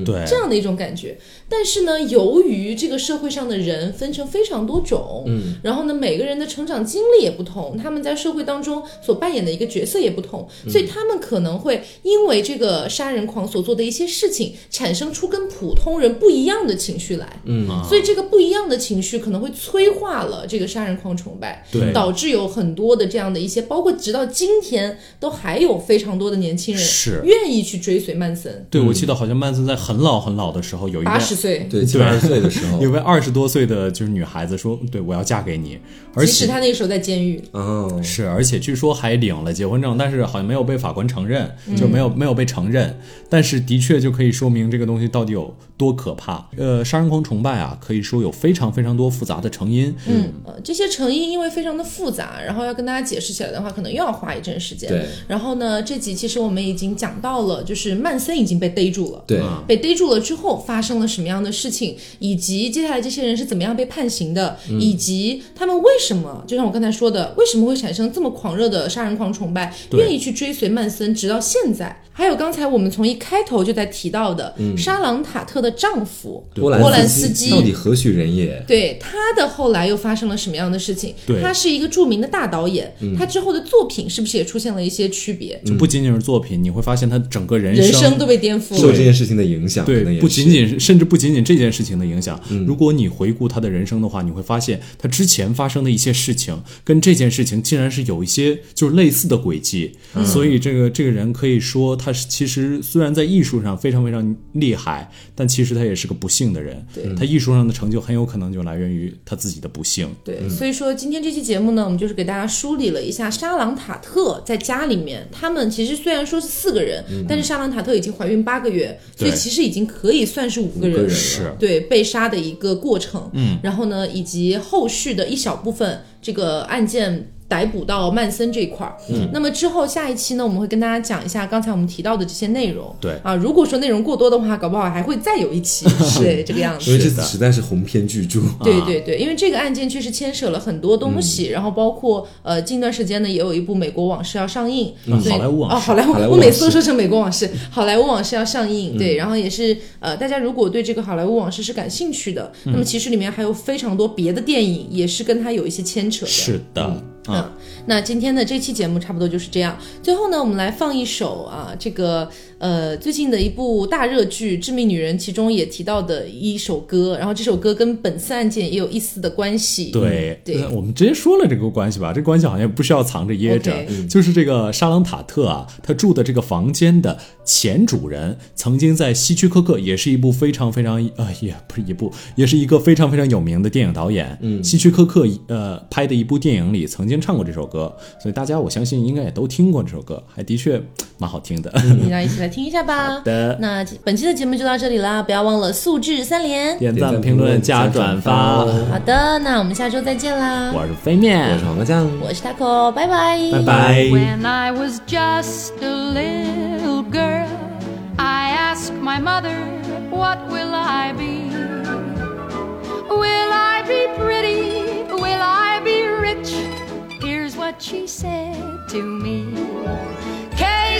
Speaker 1: 对，
Speaker 3: 嗯这样的一种感觉。但是呢，由于这个社会上的人分成非常多种，嗯，然后呢，每个人的成长经历也不同，他们在社会当中所扮演的一个角色也不同，
Speaker 1: 嗯
Speaker 3: 所以他们可能会因为这个杀人狂所做的一些事情，产生出跟普通人不一样的情绪来。
Speaker 2: 嗯
Speaker 1: 啊
Speaker 3: 所以这个不一样的情绪可能会催化了这个杀人狂崇拜，
Speaker 1: 对
Speaker 3: 导致有很多的这样的一些，包括直到今天都还有非常多的年轻人
Speaker 1: 是
Speaker 3: 愿意去追随曼森，
Speaker 1: 对我记得好像曼森在很老很老的时候有一
Speaker 3: 八
Speaker 1: 段。
Speaker 3: 十岁，
Speaker 2: 嗯对，七八十岁的时
Speaker 1: *laughs*
Speaker 2: 候
Speaker 1: 有位二十多岁的就是女孩子说：“对我要嫁给你。”而
Speaker 3: 即
Speaker 1: 且
Speaker 3: 使他那个时候在监狱，
Speaker 2: 哦，
Speaker 1: 是，而且据说还领了结婚证，但是好像没有被法官承认，就没有、
Speaker 3: 嗯
Speaker 1: 没有被承认。但是的确就可以说明这个东西到底有多可怕。呃，杀人狂崇拜啊，可以说有非常非常多复杂的成因。
Speaker 3: 嗯，呃，这些成因因为非常的复杂，然后要跟大家解释起来的话，可能又要花一阵时间。
Speaker 2: 对
Speaker 3: 然后呢，这集其实我们已经讲到了，就是曼森已经被逮住了，
Speaker 2: 对，
Speaker 1: 啊
Speaker 3: 被逮住了之后发生了什么样的事情，以及接下来这些人是怎么样被判刑的，以及他们为什么，就像我刚才说的，为什么会产生这么狂热的杀人狂崇拜，
Speaker 1: 对
Speaker 3: 愿意去追随曼森，直到现在。还有刚才我们从一开头就在提到的、沙朗塔特的丈夫
Speaker 2: 波
Speaker 3: 波兰
Speaker 2: 斯
Speaker 3: 斯基
Speaker 2: 到底何许人也？
Speaker 3: 对他的后来又发生了什么样的事情
Speaker 1: 对？嗯
Speaker 3: 他是一个著名的大导演，他之后的作品是不是也出现了一些区别？
Speaker 1: 就不仅仅是作品，你会发现他整个人
Speaker 3: 人生都被颠覆
Speaker 2: 受
Speaker 3: 了。
Speaker 2: 这件事情的影响，可能
Speaker 1: 对，
Speaker 2: 也
Speaker 1: 不
Speaker 2: 是
Speaker 1: 仅仅是，甚至不仅仅这件事情的影响。如果你回顾他的人生的话，你会发现他之前发生的一些事情跟这件事情竟然是有一些就是类似的轨迹。所以这个这个人可以说他是其实虽然在艺术上非常非常厉害，但其实他也是个不幸的人。
Speaker 3: 对
Speaker 1: 他艺术上的成就很有可能就来源于他自己的不幸。
Speaker 3: 对，所以说今天这期节目呢，我们就是给大家梳理了一下沙朗塔特在家里面，他们其实虽然说是四个人，但是沙朗塔特已经怀孕八个月，所以
Speaker 1: 对
Speaker 3: 其实已经可以算是五个人
Speaker 2: 个
Speaker 3: 了。
Speaker 2: 人
Speaker 1: 是
Speaker 3: 对被杀的一个过程，嗯，然后呢，以及后续的一小部分这个案件逮捕到曼森这一块儿。嗯，那么之后下一期呢，我们会跟大家讲一下刚才我们提到的这些内容。
Speaker 1: 对
Speaker 3: 啊，如果说内容过多的话，搞不好还会再有一期。对，这个样
Speaker 2: 因为
Speaker 3: 子。
Speaker 2: 这次实在是鸿篇巨
Speaker 3: *laughs*
Speaker 2: 著。
Speaker 1: 啊
Speaker 3: 对对对，因为这个案件确实牵涉了很多东
Speaker 1: 嗯
Speaker 3: 西，然后包括呃，近段时间呢也有一部《美国往事》要上映，
Speaker 1: 嗯
Speaker 3: 对
Speaker 1: 好莱坞往事嗯
Speaker 3: 哦，好莱坞
Speaker 2: 好莱坞，
Speaker 3: 我每
Speaker 2: 往
Speaker 3: 次都
Speaker 2: 事
Speaker 3: 说成《美国
Speaker 1: *laughs*
Speaker 3: 往事》，好莱坞往事要上映，对，然后也是呃，大家如果对这个好莱坞往事是感兴趣的，
Speaker 1: 嗯
Speaker 3: 那么其实里面还有非常多别的电影也是跟它有一些牵扯的，
Speaker 1: 是的，
Speaker 3: 嗯，那今天的这期节目差不多就是这样。最后呢，我们来放一首啊，这个呃最近的一部大热剧《致命女人》，其中也提到的一首歌，然后这首歌跟本次案件也有一丝的关系。
Speaker 1: 对
Speaker 3: 对
Speaker 1: 呃我们直接说了这个关系吧，这个关系好像也不需要藏着掖着
Speaker 3: OK
Speaker 1: 就是这个沙朗塔特啊，他住的这个房间的前主人曾经在希区柯克，也是一部非常非常呃，也不是一部，也是一个非常非常有名的电影导演，嗯，希区柯克呃拍的一部电影里曾经唱过这首歌，所以大家我相信应该也都听过这首歌，还的确蛮好听的。
Speaker 3: 大家一起来听一下吧。
Speaker 1: 的
Speaker 3: 那本期的节目就到这里啦，不要忘了素质三连。
Speaker 1: *laughs* 点
Speaker 2: 点
Speaker 1: 赞、
Speaker 2: 赞
Speaker 1: 评
Speaker 2: 评
Speaker 1: 论、
Speaker 2: 论
Speaker 1: 加
Speaker 2: 加
Speaker 1: 转
Speaker 2: 转
Speaker 1: 发，
Speaker 2: 发
Speaker 3: 好的，那我们下周再见啦。
Speaker 1: 我是飞面，
Speaker 2: 我是黄瓜酱，
Speaker 3: 我是 taco，拜拜。
Speaker 1: 拜拜。
Speaker 4: When I was just a little girl, I asked my mother, What will I be? Will I be pretty? Will I be rich? Here's what she said to me. Que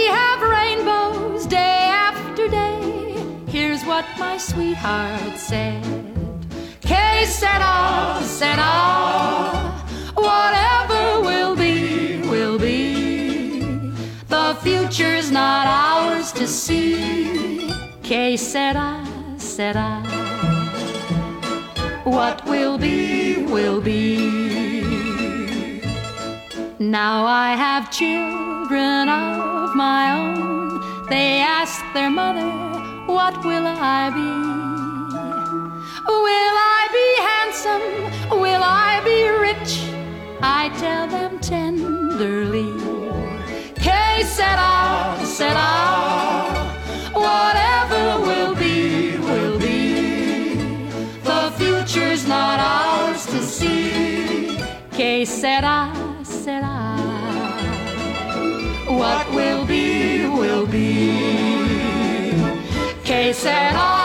Speaker 4: have rainbows day after day? Here's what my sweetheart said. Que sera, sera. Whatever will be, will be. The future's not ours to see. Que sera, sera. What will be, will be. Now I have children of my own. They ask their mother, What will I be? Will I be handsome? Will I be rich? I tell them tenderly. Que sera, sera. Whatever will be, will be. The future's not ours to see. Que sera, sera. What will be, will be. Que sera,